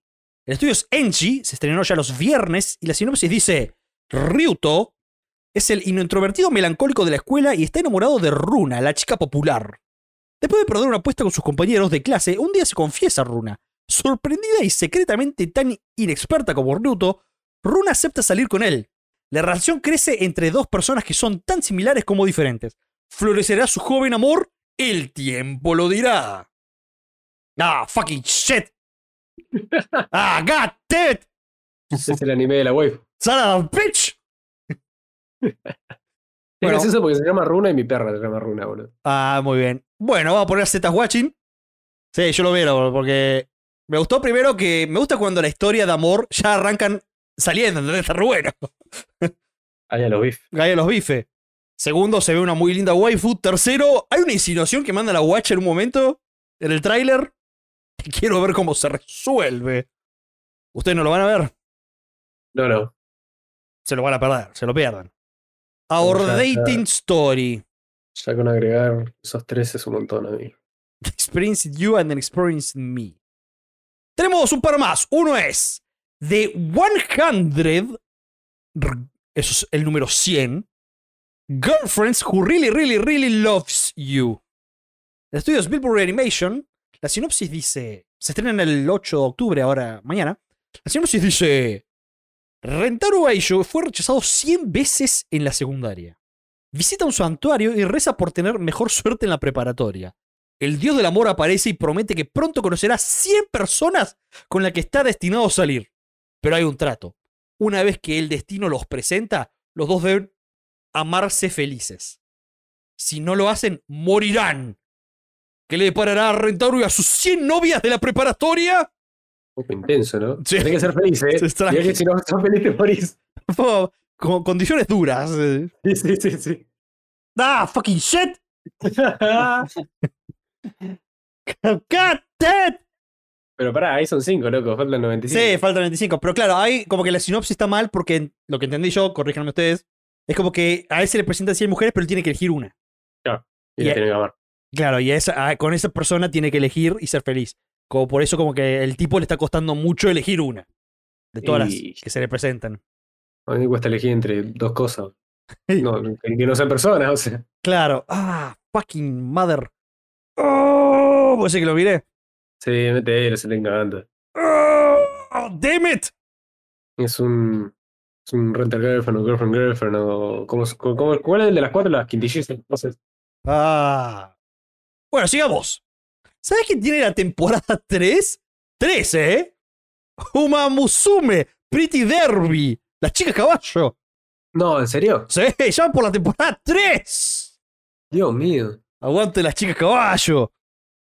Speaker 1: El estudio es Enchi, se estrenó ya los viernes y la sinopsis dice: Ryuto es el introvertido melancólico de la escuela y está enamorado de Runa, la chica popular. Después de perder una apuesta con sus compañeros de clase, un día se confiesa a Runa. Sorprendida y secretamente tan inexperta como Ryuto, Runa acepta salir con él. La relación crece entre dos personas que son tan similares como diferentes. ¿Florecerá su joven amor? El tiempo lo dirá. Ah, fucking shit. Ah, god damn it.
Speaker 2: Ese es el anime de la wave.
Speaker 1: Son of a bitch. Bueno.
Speaker 2: Es eso porque se llama Runa y mi perra se llama Runa, boludo.
Speaker 1: Ah, muy bien. Bueno, vamos a poner Z Watching. Sí, yo lo veo, porque me gustó primero que me gusta cuando la historia de amor ya arrancan saliendo, ¿entendés? Está re bueno.
Speaker 2: Ah, ya lo vi.
Speaker 1: Gaya los bifes. Segundo, se ve una muy linda waifu. Tercero, hay una insinuación que manda la Watch en un momento, en el tráiler. que Quiero ver cómo se resuelve. Ustedes no lo van a ver,
Speaker 2: No, no.
Speaker 1: se lo van a perder, se lo pierdan. Our
Speaker 2: Ya, ya.
Speaker 1: Dating Story.
Speaker 2: Ya con agregar esos tres es un montón, amigo.
Speaker 1: Experience You and then Experience Me. Tenemos un par más. Uno es The 100, r- eso es el número 100, Girlfriends Who Really, Really, Really Loves You. El estudio es Billboard Animation. La sinopsis dice, se estrena el 8 de octubre, ahora, mañana. La sinopsis dice, Rentaro Aisho fue rechazado 100 veces en la secundaria. Visita un santuario y reza por tener mejor suerte en la preparatoria. El dios del amor aparece y promete que pronto conocerá 100 personas con las que está destinado a salir. Pero hay un trato. una vez que el destino los presenta, los dos deben amarse felices. Si no lo hacen, morirán. ¿Qué le deparará a Rentauro y a sus 100 novias de la preparatoria?
Speaker 2: Un poco intenso, ¿no?
Speaker 1: Sí.
Speaker 2: Tenés que ser feliz, ¿eh?
Speaker 1: Se extraña.
Speaker 2: Mirá que si no estás feliz, te morís.
Speaker 1: Fue Con condiciones duras. eh.
Speaker 2: Sí, sí, sí. sí.
Speaker 1: ¡Ah, fucking shit! ¡God damn!
Speaker 2: Pero pará, ahí son 5, loco. Faltan
Speaker 1: Sí,
Speaker 2: 95.
Speaker 1: falta 25. Pero claro, ahí como que la sinopsis está mal porque en- lo que entendí yo, corríjanme ustedes, es como que a él se le presentan 100 mujeres, pero él tiene que elegir una.
Speaker 2: Y la
Speaker 1: Yeah.
Speaker 2: tienen que amar.
Speaker 1: Claro, y a esa- a- con esa persona tiene que elegir y ser feliz. Como por eso como que el tipo le está costando mucho elegir una. De todas
Speaker 2: Y-
Speaker 1: las que se le presentan.
Speaker 2: A mí me cuesta elegir entre dos cosas.
Speaker 1: Sí.
Speaker 2: No, que que no sean personas, o sea.
Speaker 1: Claro. Ah, fucking mother. Oh, ¿Vos sé que lo miré?
Speaker 2: Sí, MTL se le encanta.
Speaker 1: Oh, damn it.
Speaker 2: Es un. Es un rental girlfriend o girlfriend girlfriend o. ¿cómo, es- cómo- cómo- cuál es el de las cuatro? Las quintillas. Entonces,
Speaker 1: Ah. Bueno, sigamos. ¿Sabes quién tiene la temporada 3? 3, ¿eh? Uma Musume, Pretty Derby, las chicas caballo.
Speaker 2: no, ¿en serio?
Speaker 1: Sí, ya van por la temporada 3.
Speaker 2: Dios mío.
Speaker 1: Aguante las chicas caballo.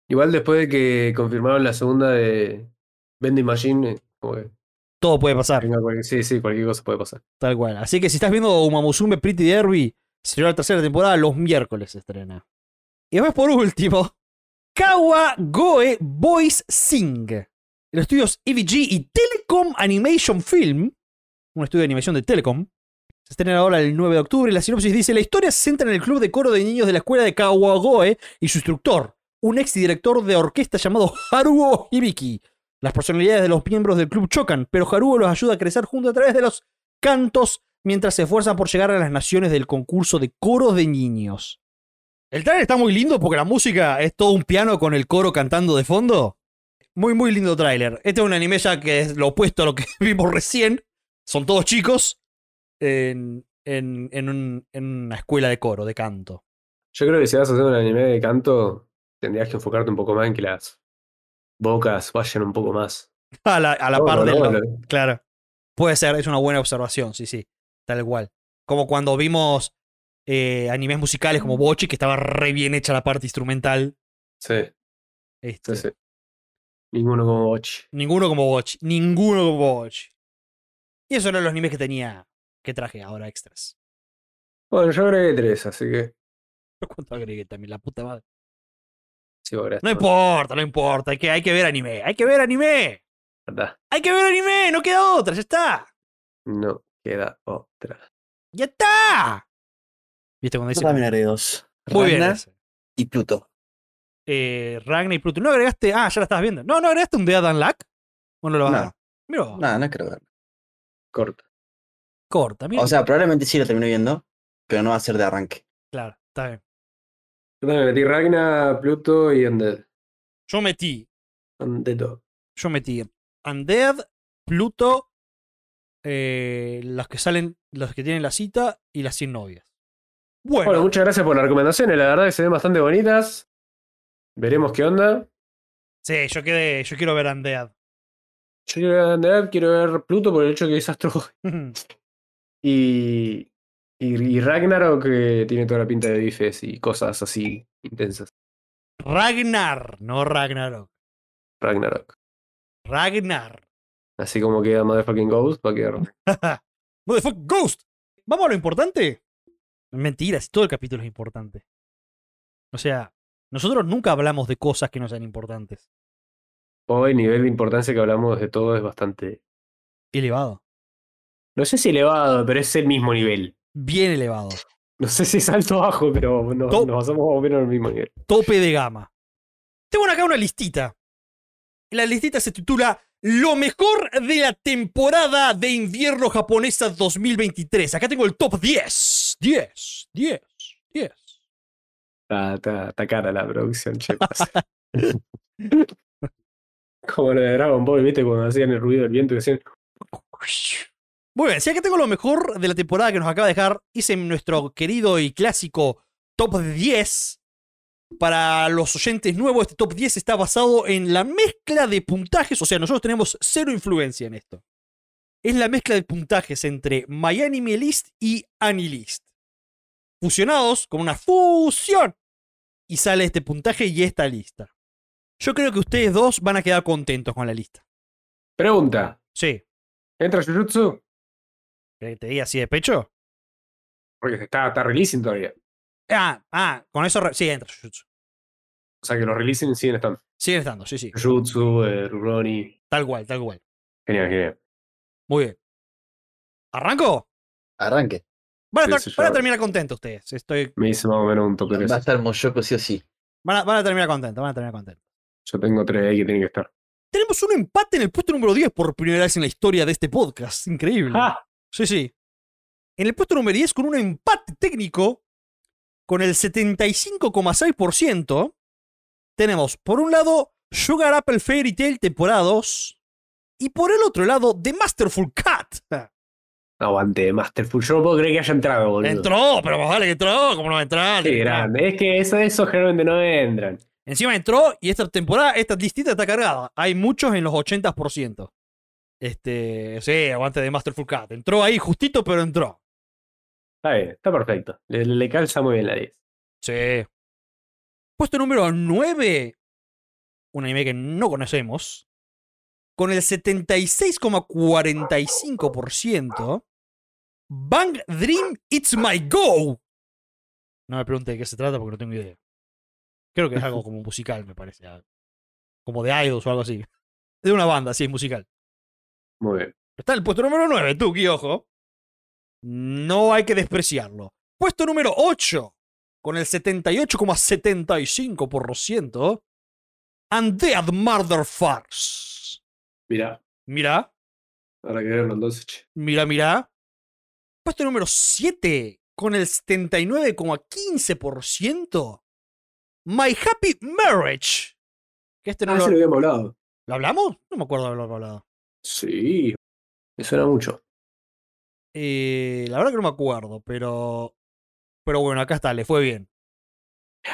Speaker 2: Igual después de que confirmaron la segunda de Vending Machine, eh, como que
Speaker 1: Todo puede pasar,
Speaker 2: venga cualquier- sí, sí, cualquier cosa puede pasar.
Speaker 1: tal cual. Así que si estás viendo Uma Musume, Pretty Derby, será la tercera temporada, los miércoles se estrena. Y después por último, Kawa Goe Boys Sing. Los estudios EVG y Telecom Animation Film, un estudio de animación de Telecom, se estrena ahora el 9 de octubre. La sinopsis dice: La historia se centra en el club de coro de niños de la escuela de Kawagoe y su instructor, un exdirector de orquesta llamado Haruo Hibiki. Las personalidades de los miembros del club chocan, pero Haruo los ayuda a crecer juntos a través de los cantos mientras se esfuerzan por llegar a las naciones del concurso de coro de niños. El trailer está muy lindo porque la música es todo un piano con el coro cantando de fondo. Muy, muy lindo tráiler. Este es un anime ya que es lo opuesto a lo que vimos recién. Son todos chicos en, en- en un- en una escuela de coro, de canto.
Speaker 2: Yo creo que si vas a hacer un anime de canto, tendrías que enfocarte un poco más en que las bocas vayan un poco más.
Speaker 1: A la, a la
Speaker 2: Todo,
Speaker 1: par de
Speaker 2: ¿no?
Speaker 1: la-
Speaker 2: Lo-
Speaker 1: Claro. Puede ser, es una buena observación, sí, sí. Tal cual. Como cuando vimos eh, animes musicales como Bochi, que estaba re bien hecha la parte instrumental.
Speaker 2: Sí,
Speaker 1: Este,
Speaker 2: sí, sí. Ninguno como Bochi.
Speaker 1: Ninguno como Bochi. Ninguno como Bochi. Y esos eran los animes que tenía, que traje ahora extras.
Speaker 2: Bueno, yo agregué tres, así que.
Speaker 1: ¿Cuánto agregué también? La puta madre.
Speaker 2: Sí, vos agregaste
Speaker 1: No
Speaker 2: más.
Speaker 1: importa, no importa. Hay que, hay que ver anime. Hay que ver anime.
Speaker 2: Ya está.
Speaker 1: Hay que ver anime. No queda otra. Ya está.
Speaker 2: No queda otra.
Speaker 1: Ya está. ¿Viste cuando
Speaker 3: Yo
Speaker 1: dice?
Speaker 3: también agregué dos.
Speaker 1: Muy bien.
Speaker 3: Ragnar
Speaker 1: ese.
Speaker 3: Y Pluto.
Speaker 1: eh, Ragnar y Pluto. ¿No agregaste? Ah, ya la estabas viendo. No, no agregaste un Dead Unluck. ¿O no lo vas a
Speaker 3: No.
Speaker 1: dar? Mirá vos,
Speaker 3: No, no quiero verlo.
Speaker 2: Corta.
Speaker 1: corta, mira.
Speaker 3: O sea, probablemente sí lo termino viendo, pero no va a ser de arranque.
Speaker 1: claro, está bien.
Speaker 2: Yo también metí Ragna, Pluto y Undead.
Speaker 1: Yo metí,
Speaker 2: Undead Dog.
Speaker 1: yo metí Undead, Pluto, eh, los que salen, los que tienen la cita y las 100 novias. Bueno,
Speaker 2: Bueno, muchas gracias por las recomendaciones. La verdad que se ven bastante bonitas. Veremos qué onda.
Speaker 1: sí, yo quedé, yo quiero ver Undead.
Speaker 2: Yo quiero ver Undead, quiero ver Pluto por el hecho que es Astro Boy. Y, y, y Ragnarok que tiene toda la pinta de bifes y cosas así intensas.
Speaker 1: Ragnar, no Ragnarok.
Speaker 2: Ragnarok.
Speaker 1: Ragnar.
Speaker 2: Así como queda Motherfucking Ghost, va a quedar.
Speaker 1: Motherfuck Ghost. Vamos a lo importante. Mentiras, todo el capítulo es importante. O sea, nosotros nunca hablamos de cosas que no sean importantes.
Speaker 2: Hoy el nivel de importancia que hablamos de todo es bastante.
Speaker 1: Elevado.
Speaker 2: No sé si elevado, pero es el mismo nivel.
Speaker 1: Bien elevado.
Speaker 2: No sé si es alto o bajo, pero no-
Speaker 1: To-
Speaker 2: nos basamos más o menos en el mismo nivel.
Speaker 1: Tope de gama. Tengo acá una listita. La listita se titula Lo mejor de la temporada de invierno japonesa 2023. Acá tengo el top 10. 10, 10, 10.
Speaker 2: Está, está- está cara la producción, che. pasa. como lo de Dragon Ball, ¿viste? Cuando hacían el ruido del viento que hacían.
Speaker 1: Muy bien, si acá tengo lo mejor de la temporada que nos acaba de dejar, hice nuestro querido y clásico top 10. Para los oyentes nuevos, este top 10 está basado en la mezcla de puntajes, o sea, nosotros tenemos cero influencia en esto. es la mezcla de puntajes entre My Anime List y Anilist. Fusionados con una fusión. Y sale este puntaje y esta lista. Yo creo que ustedes dos van a quedar contentos con la lista.
Speaker 2: Pregunta.
Speaker 1: Sí.
Speaker 2: ¿Entra Jujutsu?
Speaker 1: ¿Querés que ¿Te diga así de pecho?
Speaker 2: Porque está, está releasing todavía.
Speaker 1: Ah, ah, con eso re- sí entra Jujutsu.
Speaker 2: O sea que los releasing siguen estando.
Speaker 1: Sigue estando, sí, sí.
Speaker 2: Jujutsu, eh, Rurouni.
Speaker 1: Tal cual, tal cual.
Speaker 2: Genial, genial.
Speaker 1: Muy bien. ¿Arranco?
Speaker 3: Arranque.
Speaker 1: Van a, estar-
Speaker 2: Sí, sí, ya
Speaker 1: van a
Speaker 2: va.
Speaker 1: terminar contentos ustedes. Estoy,
Speaker 2: Me hice más o menos un toque de
Speaker 3: Va a
Speaker 2: eso.
Speaker 3: estar Moyoko sí o sí.
Speaker 1: van, a, van a terminar contentos, van a terminar contentos.
Speaker 2: Yo tengo 3 ahí que tienen que estar.
Speaker 1: Tenemos un empate en el puesto número 10 por primera vez en la historia de este podcast. Increíble.
Speaker 2: ¡Ja!
Speaker 1: Sí, sí. En el puesto número 10 con un empate técnico con el 75,6%. Tenemos por un lado Sugar Apple Fairy Tail temporada 2 y por el otro lado The Masterful Cat.
Speaker 2: Aguante, Masterful. Yo no puedo creer que haya entrado, boludo.
Speaker 1: Entró, pero más vale que entró, como no va a entrar?
Speaker 2: Qué grande. Es que eso, esos generalmente no entran.
Speaker 1: Encima entró y esta temporada, esta listita está cargada. Hay muchos en los 80%. Este, sí, aguante de Masterful Cat. Entró ahí justito, pero entró.
Speaker 2: Está bien, está perfecto. Le, le calza muy bien la 10.
Speaker 1: Sí. Puesto número 9. Un anime que no conocemos. Con el 76,45%. Bang Dream It's My Go. No me pregunte de qué se trata porque no tengo idea. Creo que es algo como musical, me parece. ah, Como de idols o algo así. De una banda, sí, es musical.
Speaker 2: Muy bien.
Speaker 1: Está en el puesto número 9, Tuki, ojo. No hay que despreciarlo. Puesto número 8, con el 78,75%. Undead Murder Farce.
Speaker 2: Mirá,
Speaker 1: Mirá,
Speaker 2: ahora que verlo entonces, che.
Speaker 1: mirá, mirá. Puesto número 7, con el 79,15%. My Happy Marriage. Que este no
Speaker 2: Ah,
Speaker 1: lo,
Speaker 2: ese lo habíamos hablado.
Speaker 1: ¿Lo hablamos? No me acuerdo de haberlo hablado.
Speaker 2: Sí. Me suena mucho.
Speaker 1: Eh, la verdad que no me acuerdo, pero. Pero bueno, acá está, le fue bien.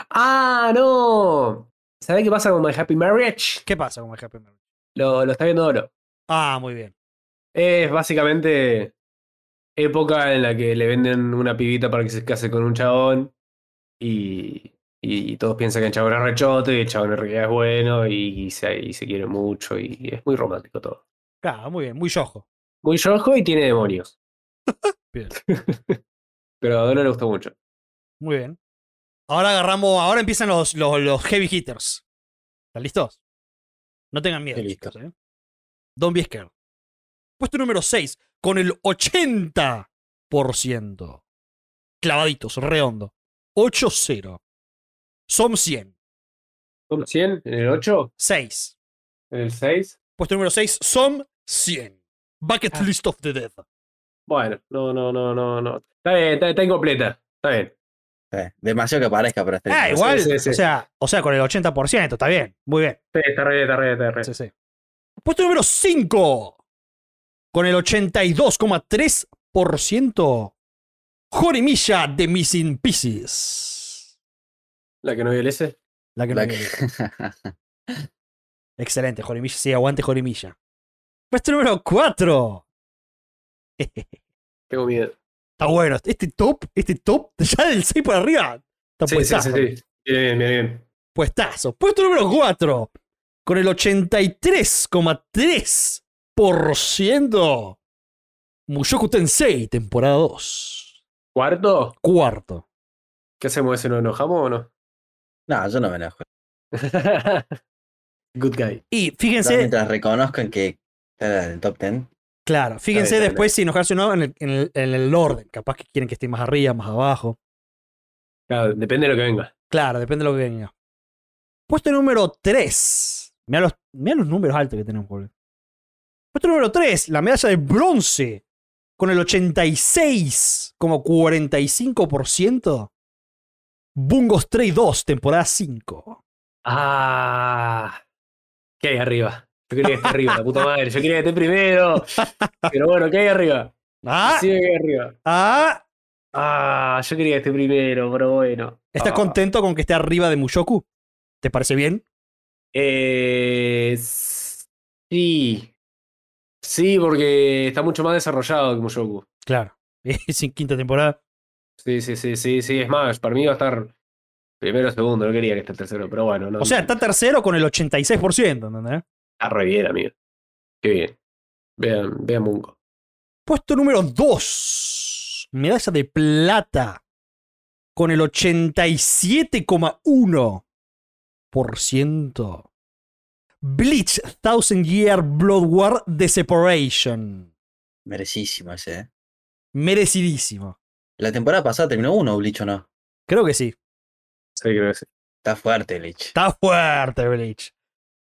Speaker 2: ¡Ah, no! ¿Sabés qué pasa con My Happy Marriage?
Speaker 1: ¿Qué pasa con el Happy Marriage?
Speaker 2: Lo, lo está viendo Oro.
Speaker 1: Ah, muy bien.
Speaker 2: Es básicamente época en la que le venden una pibita para que se case con un chabón y, y todos piensan que el chabón es rechoto y el chabón en realidad es bueno y, y se, y se quiere mucho y, es muy romántico todo.
Speaker 1: Claro, muy bien, muy yojo.
Speaker 2: Muy yojo y tiene demonios.
Speaker 1: Bien.
Speaker 2: Pero a Dolo le gustó mucho.
Speaker 1: Muy bien. Ahora agarramos, ahora empiezan los, los, los heavy hitters. ¿Están listos? No tengan miedo.
Speaker 3: Heavy
Speaker 1: chicos, ¿eh? Don't be scared. Puesto número 6, con el 80%. Clavaditos, redondo. 8-0. Som 100.
Speaker 2: ¿Top 100? ¿En el 8?
Speaker 1: 6.
Speaker 2: ¿En el 6?
Speaker 1: Puesto número 6, Som 100. Bucket List of the Dead.
Speaker 2: Bueno, no, no, no, no, no. Está bien, está, está incompleta. Está bien.
Speaker 3: Eh, demasiado que aparezca para este.
Speaker 1: Ah, igual.
Speaker 2: sí, sí.
Speaker 1: O, sea, o sea, con el 80%, está bien. Muy bien.
Speaker 2: Sí, está re, está re, está re.
Speaker 1: Sí, sí. Puesto número 5. Con el 82,3%. Jorimilla de Missing Pieces.
Speaker 2: La que no vio el S.
Speaker 1: La que no
Speaker 3: La
Speaker 1: me
Speaker 3: que-
Speaker 1: olvidé. Excelente, Jorimilla. Sí, aguante Jorimilla. Puesto número 4.
Speaker 2: Tengo miedo.
Speaker 1: Está bueno. Este top, este top, ya del 6 para arriba. Está
Speaker 2: Sí, sí,
Speaker 1: puestazo.
Speaker 2: sí, sí. Bien, bien, bien, bien.
Speaker 1: puestazo. Puesto número 4, con el 83,3%. Mushoku Tensei, temporada 2.
Speaker 2: ¿Cuarto?
Speaker 1: Cuarto.
Speaker 2: ¿Qué hacemos ese? ¿Nos enojamos o no?
Speaker 3: No, yo no me enojo.
Speaker 2: Good guy.
Speaker 1: Y
Speaker 3: Pero
Speaker 1: fíjense,
Speaker 3: Mientras reconozcan que está en el top 10.
Speaker 1: claro, fíjense
Speaker 3: Está bien, está
Speaker 1: después si enojarse o no en el, en el- en el orden. Capaz que quieren que esté más arriba, más abajo.
Speaker 2: Claro, depende de lo que venga.
Speaker 1: Claro, depende de lo que venga. Puesto número 3. Mira los, mirá los números altos que tenemos, boludo. Puesto número 3, la medalla de bronce. Con el 86,45%. Bungo Stray 2, temporada 5.
Speaker 2: Ah. ¿Qué hay arriba? Yo quería que esté arriba, la puta madre. Yo quería que esté primero. Pero bueno, ¿qué hay arriba?
Speaker 1: Ah,
Speaker 2: Sí, ¿qué hay arriba?
Speaker 1: ah,
Speaker 2: Ah, yo quería que esté primero, pero bueno.
Speaker 1: ¿Estás
Speaker 2: Ah.
Speaker 1: contento con que esté arriba de Mushoku? ¿Te parece bien?
Speaker 2: Eh, sí. Sí, porque está mucho más desarrollado que Mushoku.
Speaker 1: Claro. Es en quinta temporada.
Speaker 2: Sí, sí, sí, sí, sí. Es más, para mí va a estar primero segundo. No quería que esté tercero, pero bueno. No,
Speaker 1: O sea, está tercero con el 86%, ¿entendés?
Speaker 2: está re bien, amigo. Qué bien. Vean, vean Mungo.
Speaker 1: Puesto número 2. Medalla de plata. Con el 87,1%. Bleach Thousand Year Blood War The Separation.
Speaker 3: Merecísimo ese, ¿eh?
Speaker 1: Merecidísimo.
Speaker 3: La temporada pasada terminó uno, Bleach, ¿o no?
Speaker 1: Creo que sí.
Speaker 2: Sí, creo que sí.
Speaker 3: Está fuerte, Bleach.
Speaker 1: Está fuerte, Bleach.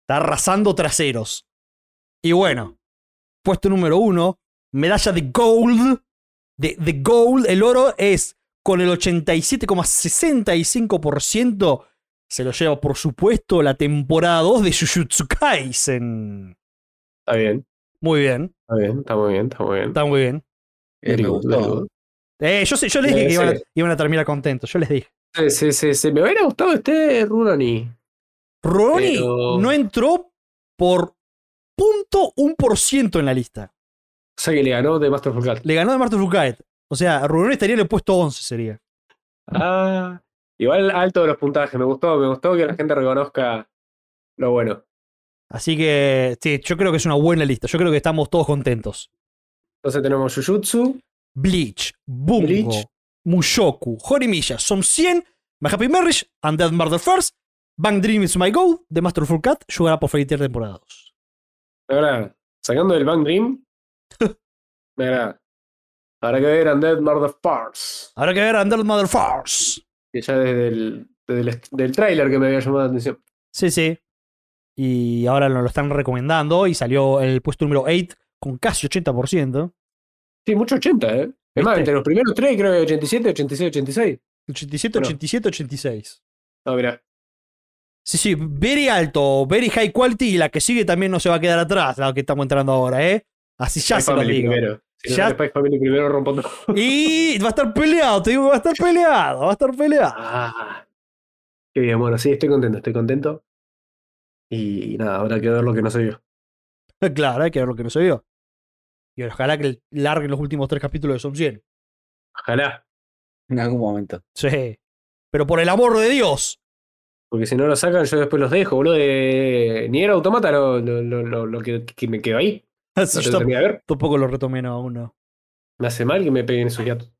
Speaker 1: Está arrasando traseros. Y bueno, puesto número uno, medalla de gold. De, de gold, el oro es con el 87,65%. Se lo lleva, por supuesto, la temporada 2 de Jujutsu Kaisen.
Speaker 2: Está bien,
Speaker 1: Muy bien,
Speaker 2: está bien, está muy bien, está muy bien.
Speaker 1: está muy bien.
Speaker 3: Eh, me
Speaker 2: Very good, very
Speaker 3: gustó.
Speaker 2: good.
Speaker 1: Eh, yo, sé- yo les
Speaker 2: Sí,
Speaker 1: dije que iban a,
Speaker 2: sí.
Speaker 1: iban a terminar contentos, yo les dije.
Speaker 2: Sí, sí, sí, sí. Me hubiera gustado este Runani.
Speaker 1: Ronnie
Speaker 2: Pero-
Speaker 1: no entró por punto un por ciento en la lista.
Speaker 2: O sea que le ganó de Master of Cat.
Speaker 1: Le ganó de Marta Rucaet. O sea, Rubén estaría en el puesto 11, sería.
Speaker 2: Ah, igual alto de los puntajes. Me gustó, me gustó que la gente reconozca lo bueno.
Speaker 1: Así que, sí, yo creo que es una buena lista. Yo creo que estamos todos contentos.
Speaker 2: Entonces tenemos Jujutsu.
Speaker 1: Bleach, Bungo,
Speaker 2: Bleach.
Speaker 1: Mushoku, Horimiya, Som 100, My Happy Marriage, Undead Murder First, Bang Dream is My Goal, The Masterful Cat, Sugar por Fairy Tail temporada 2.
Speaker 2: Ahora, sacando del Bang Dream. me agrada. Habrá que ver Undead Murder Parts.
Speaker 1: Habrá que ver Undead Mother First.
Speaker 2: Que ya desde el, desde el del tráiler que me había llamado la atención.
Speaker 1: Sí, sí. Y ahora nos lo están recomendando y salió el puesto número 8 con casi 80%.
Speaker 2: Sí, mucho 80, ¿eh? Es más,
Speaker 1: ¿Viste?
Speaker 2: entre los primeros tres, creo que 87, 86, 86.
Speaker 1: 87,
Speaker 2: Bueno.
Speaker 1: 87, 86.
Speaker 2: No, mirá.
Speaker 1: Sí, sí, very alto, very high quality y la que sigue también no se va a quedar atrás, la que estamos entrando ahora, ¿eh? Así ya
Speaker 2: Spy
Speaker 1: se lo
Speaker 2: Family
Speaker 1: digo.
Speaker 2: primero. Si no
Speaker 1: Ya-
Speaker 2: sale Spy Family primero rompo todo.
Speaker 1: Y va a estar peleado, te digo, va a estar peleado, va a estar peleado.
Speaker 2: Ah, qué bien, bueno, sí, estoy contento, estoy contento. Y nada, habrá que ver lo que no soy yo.
Speaker 1: Claro, hay que ver lo que no se vio. Y ojalá que larguen los últimos tres capítulos de Som 100.
Speaker 2: Ojalá,
Speaker 3: En algún momento.
Speaker 1: Sí. Pero por el amor de Dios.
Speaker 2: porque si no lo sacan, yo después los dejo, boludo. De... Ni era automata lo, lo, lo, lo- lo que, que me quedo ahí.
Speaker 1: Así
Speaker 2: No
Speaker 1: yo
Speaker 2: te lo terminé de ver.
Speaker 1: tampoco lo retomé, no, aún no.
Speaker 2: Me hace mal que me peguen esos gatos.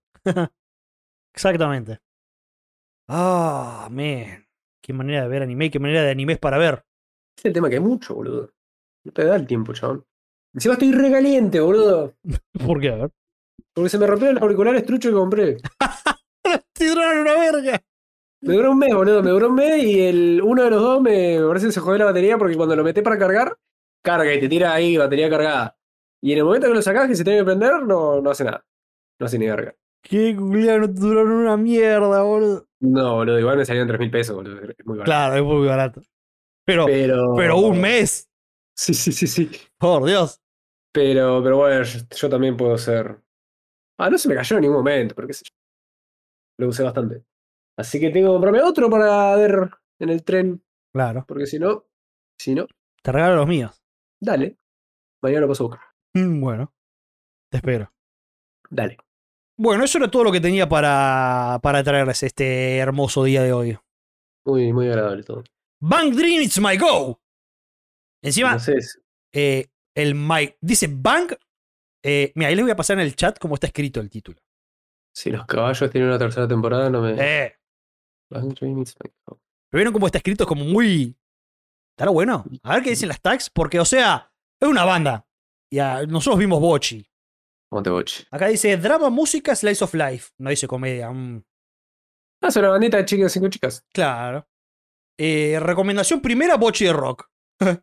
Speaker 1: Exactamente. Ah, man. Qué manera de ver anime, qué manera de animes para ver.
Speaker 2: Es el Este tema que hay mucho, boludo. No te da el tiempo, chabón. Encima estoy recaliente, boludo.
Speaker 1: ¿Por qué? A ver.
Speaker 2: Porque se me rompieron los auriculares trucho que compré.
Speaker 1: ¡Te duraron una verga!
Speaker 2: Me duró un mes, boludo. Me duró un mes y el, uno de los dos me, me parece que se jodió la batería porque cuando lo metés para cargar, carga y te tira ahí batería cargada. Y en el momento que lo sacás que se tiene que prender, no, no hace nada. No hace ni verga.
Speaker 1: Qué culiao, no te duraron una mierda, boludo.
Speaker 2: No, boludo, igual me salieron 3 mil pesos, boludo. Es muy barato.
Speaker 1: Claro, es muy barato. Pero,
Speaker 2: Pero,
Speaker 1: pero un mes,
Speaker 2: Sí, sí, sí, sí.
Speaker 1: por Dios.
Speaker 2: Pero, pero bueno, yo, yo también puedo ser. Ah, no se me cayó en ningún momento, pero qué sé yo. Lo usé bastante. Así que tengo que comprarme otro para ver en el tren,
Speaker 1: Claro,
Speaker 2: porque si no, si no,
Speaker 1: te regalo los míos.
Speaker 2: dale. Mañana lo paso a buscar.
Speaker 1: Mm, Bueno, te espero.
Speaker 2: Dale.
Speaker 1: Bueno, eso era todo lo que tenía para, para traerles este hermoso día de hoy.
Speaker 2: Muy, muy agradable todo.
Speaker 1: Bank Dream, it's my go. Encima,
Speaker 2: Entonces,
Speaker 1: eh, el Mike dice Bank. eh, mira, ahí les voy a pasar en el chat cómo está escrito el título.
Speaker 2: si los caballos tienen una tercera temporada, no me.
Speaker 1: Eh,
Speaker 2: Bang Dream is my hope.
Speaker 1: ¿pero vieron cómo está escrito? Es como muy. Estará bueno. A ver qué dicen las tags, porque, o sea, es una banda. Y ah, nosotros vimos Bochi.
Speaker 2: Monteboche.
Speaker 1: Acá dice drama, música, slice of life. No dice comedia. mm,
Speaker 2: Ah, es una bandita de chicas, cinco chicas.
Speaker 1: claro. Eh, recomendación primera, boche de rock.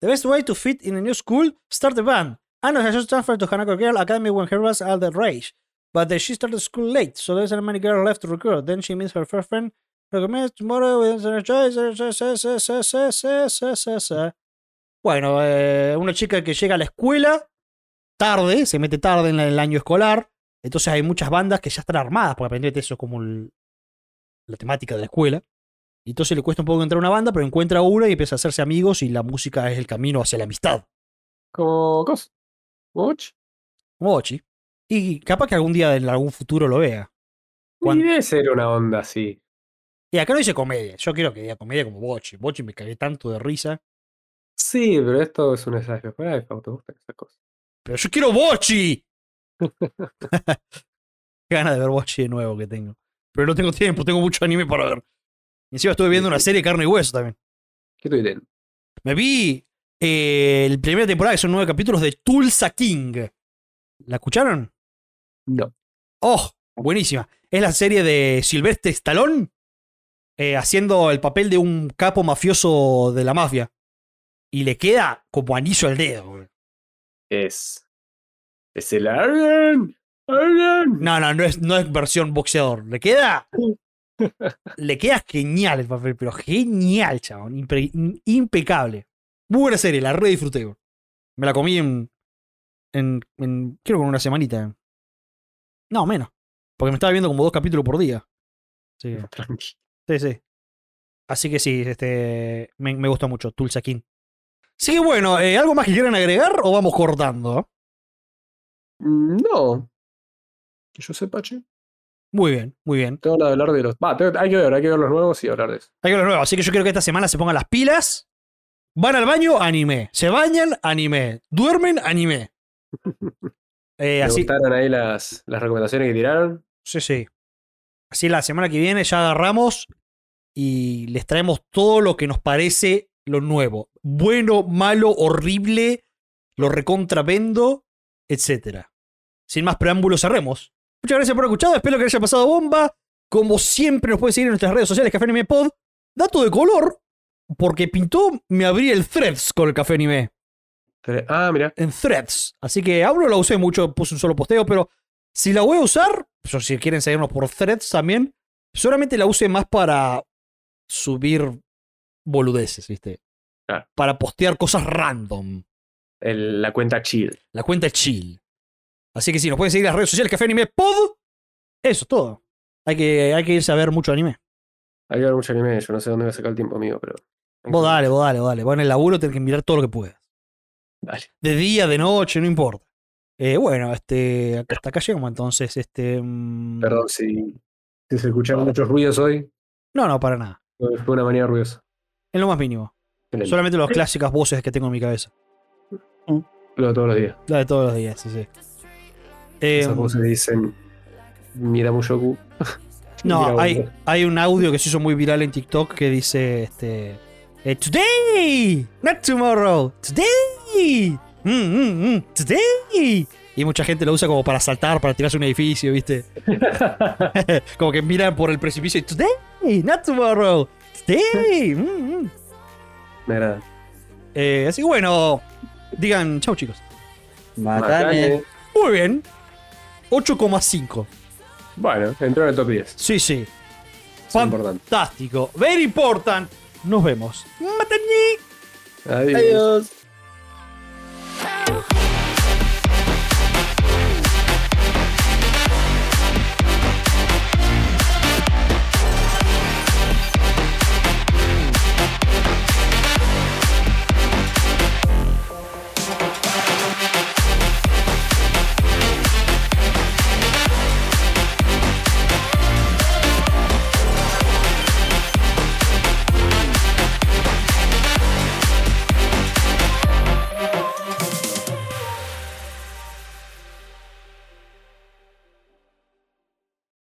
Speaker 1: the best way to fit in a new school, start a band. Ah, Anna has just transferred to Hanako Girl Academy when her was all the rage. But then she started school late, so there's not many girls left to recruit. Then she meets her first friend. Recommends tomorrow with her choice. her choice, her choice, her choice, her choice, her choice. Bueno, eh, una chica que llega a la escuela tarde, se mete tarde en la- el año escolar. Entonces hay muchas bandas que ya están armadas, porque aparentemente eso es como el- la temática de la escuela. Y entonces le cuesta un poco entrar a una banda, pero encuentra una y empieza a hacerse amigos y la música es el camino hacia la amistad.
Speaker 2: Como cos. Watch.
Speaker 1: Mochi. Y capaz que algún día en algún futuro lo vea.
Speaker 2: Y
Speaker 1: Cuando-
Speaker 2: debe ser una onda así.
Speaker 1: Y acá no dice comedia. Yo quiero que diga comedia como Bochi. Bochi me cagué tanto de risa.
Speaker 2: Sí, pero esto es un ensayo. Ay, Fau, te gustan esas cosas.
Speaker 1: Pero yo quiero Bochi. Qué ganas de ver Bochi de nuevo que tengo. Pero no tengo tiempo, tengo mucho anime para ver. Y Encima estuve viendo una serie de carne y hueso también.
Speaker 2: ¿Qué tuiten?
Speaker 1: Me vi eh, el primera temporada, que son nueve capítulos, de Tulsa King. ¿La escucharon?
Speaker 2: No.
Speaker 1: ¡Oh! Buenísima. Es la serie de Silvestre Stallone eh, haciendo el papel de un capo mafioso de la mafia. Y le queda como anillo al dedo. boludo.
Speaker 2: Es. Es el Arden. Arden.
Speaker 1: No, no, no es, no es versión boxeador. Le queda. le queda genial el papel, pero genial, chabón. Impe- in- impecable. Muy buena serie, la re disfruté. boludo. Me la comí en. en, en creo que en una semanita. No, menos. Porque me estaba viendo como dos capítulos por día. Sí.
Speaker 2: Tranqui.
Speaker 1: Sí, sí. Así que sí, este, me, me gusta mucho Tulsa King. Así que bueno, eh, ¿algo más que quieran agregar o vamos cortando?
Speaker 2: Mm, No. Que yo sepa, che.
Speaker 1: Muy bien, muy bien.
Speaker 2: Tengo que hablar de los. Va, tengo- hay que ver, hay que ver los nuevos y hablar de eso.
Speaker 1: Hay algo nuevo, así que yo quiero que esta semana se pongan las pilas. Van al baño, anime. Se bañan, anime. Duermen, anime. Eh,
Speaker 2: Me
Speaker 1: así,
Speaker 2: gustaron ahí las, las recomendaciones que tiraron.
Speaker 1: sí, sí. Así la semana que viene ya agarramos y les traemos todo lo que nos parece lo nuevo. Bueno, malo, horrible, lo recontravendo, etcétera. Sin más preámbulos, cerremos. Muchas gracias por haber escuchado, espero que les haya pasado bomba. Como siempre, nos pueden seguir en nuestras redes sociales, Café Anime Pod. Dato de color, porque pintó, me abrí el threads con el Café Anime
Speaker 2: Tre- Ah, mira.
Speaker 1: en threads. Así que aún no la usé mucho, puse un solo posteo, pero si la voy a usar, pues, o si quieren seguirnos por threads también, solamente la use más para subir boludeces, ¿viste?
Speaker 2: Claro.
Speaker 1: Para postear cosas random.
Speaker 2: el- la cuenta chill.
Speaker 1: La cuenta es chill. Así que si nos pueden seguir en las redes sociales, Café Anime Pod. Eso es todo. Hay que, hay que irse a ver mucho anime.
Speaker 2: Hay que ver mucho anime, yo no sé dónde voy a sacar el tiempo amigo, pero.
Speaker 1: Vos dale, vos dale, vos dale. Vos en el laburo tenés que mirar todo lo que puedas.
Speaker 2: Dale.
Speaker 1: de día, de noche, no importa. Eh, bueno, este, hasta acá llegamos entonces. Este, mm,
Speaker 2: Perdón si, si se escucharon muchos ruidos hoy.
Speaker 1: No, no, para nada.
Speaker 2: Fue una manera ruidosa.
Speaker 1: En lo más mínimo.
Speaker 2: Excelente.
Speaker 1: Solamente las clásicas voces que tengo en mi cabeza.
Speaker 2: Lo de todos los días.
Speaker 1: La de todos los días, sí, sí. Eh,
Speaker 2: Esas voces dicen. Mira Mushoku.
Speaker 1: no,
Speaker 2: Mira,
Speaker 1: hay,
Speaker 2: boludo.
Speaker 1: hay un audio que se hizo muy viral en TikTok que dice, este, eh, Today, not tomorrow, today, mm, mm, mm, today. Y mucha gente lo usa como para saltar, para tirarse a un edificio, ¿viste? Como que miran por el precipicio y today, not tomorrow, today. mm, mm".
Speaker 2: Me agrada.
Speaker 1: Eh, así que bueno, digan chau chicos.
Speaker 3: Matane.
Speaker 1: Muy bien. 8,5.
Speaker 2: Bueno, entró en el top 10.
Speaker 1: Sí, sí.
Speaker 2: Es
Speaker 1: Fan-
Speaker 2: importante.
Speaker 1: Fantástico. Very important. Nos vemos. Matani.
Speaker 2: Adiós.
Speaker 3: Adiós.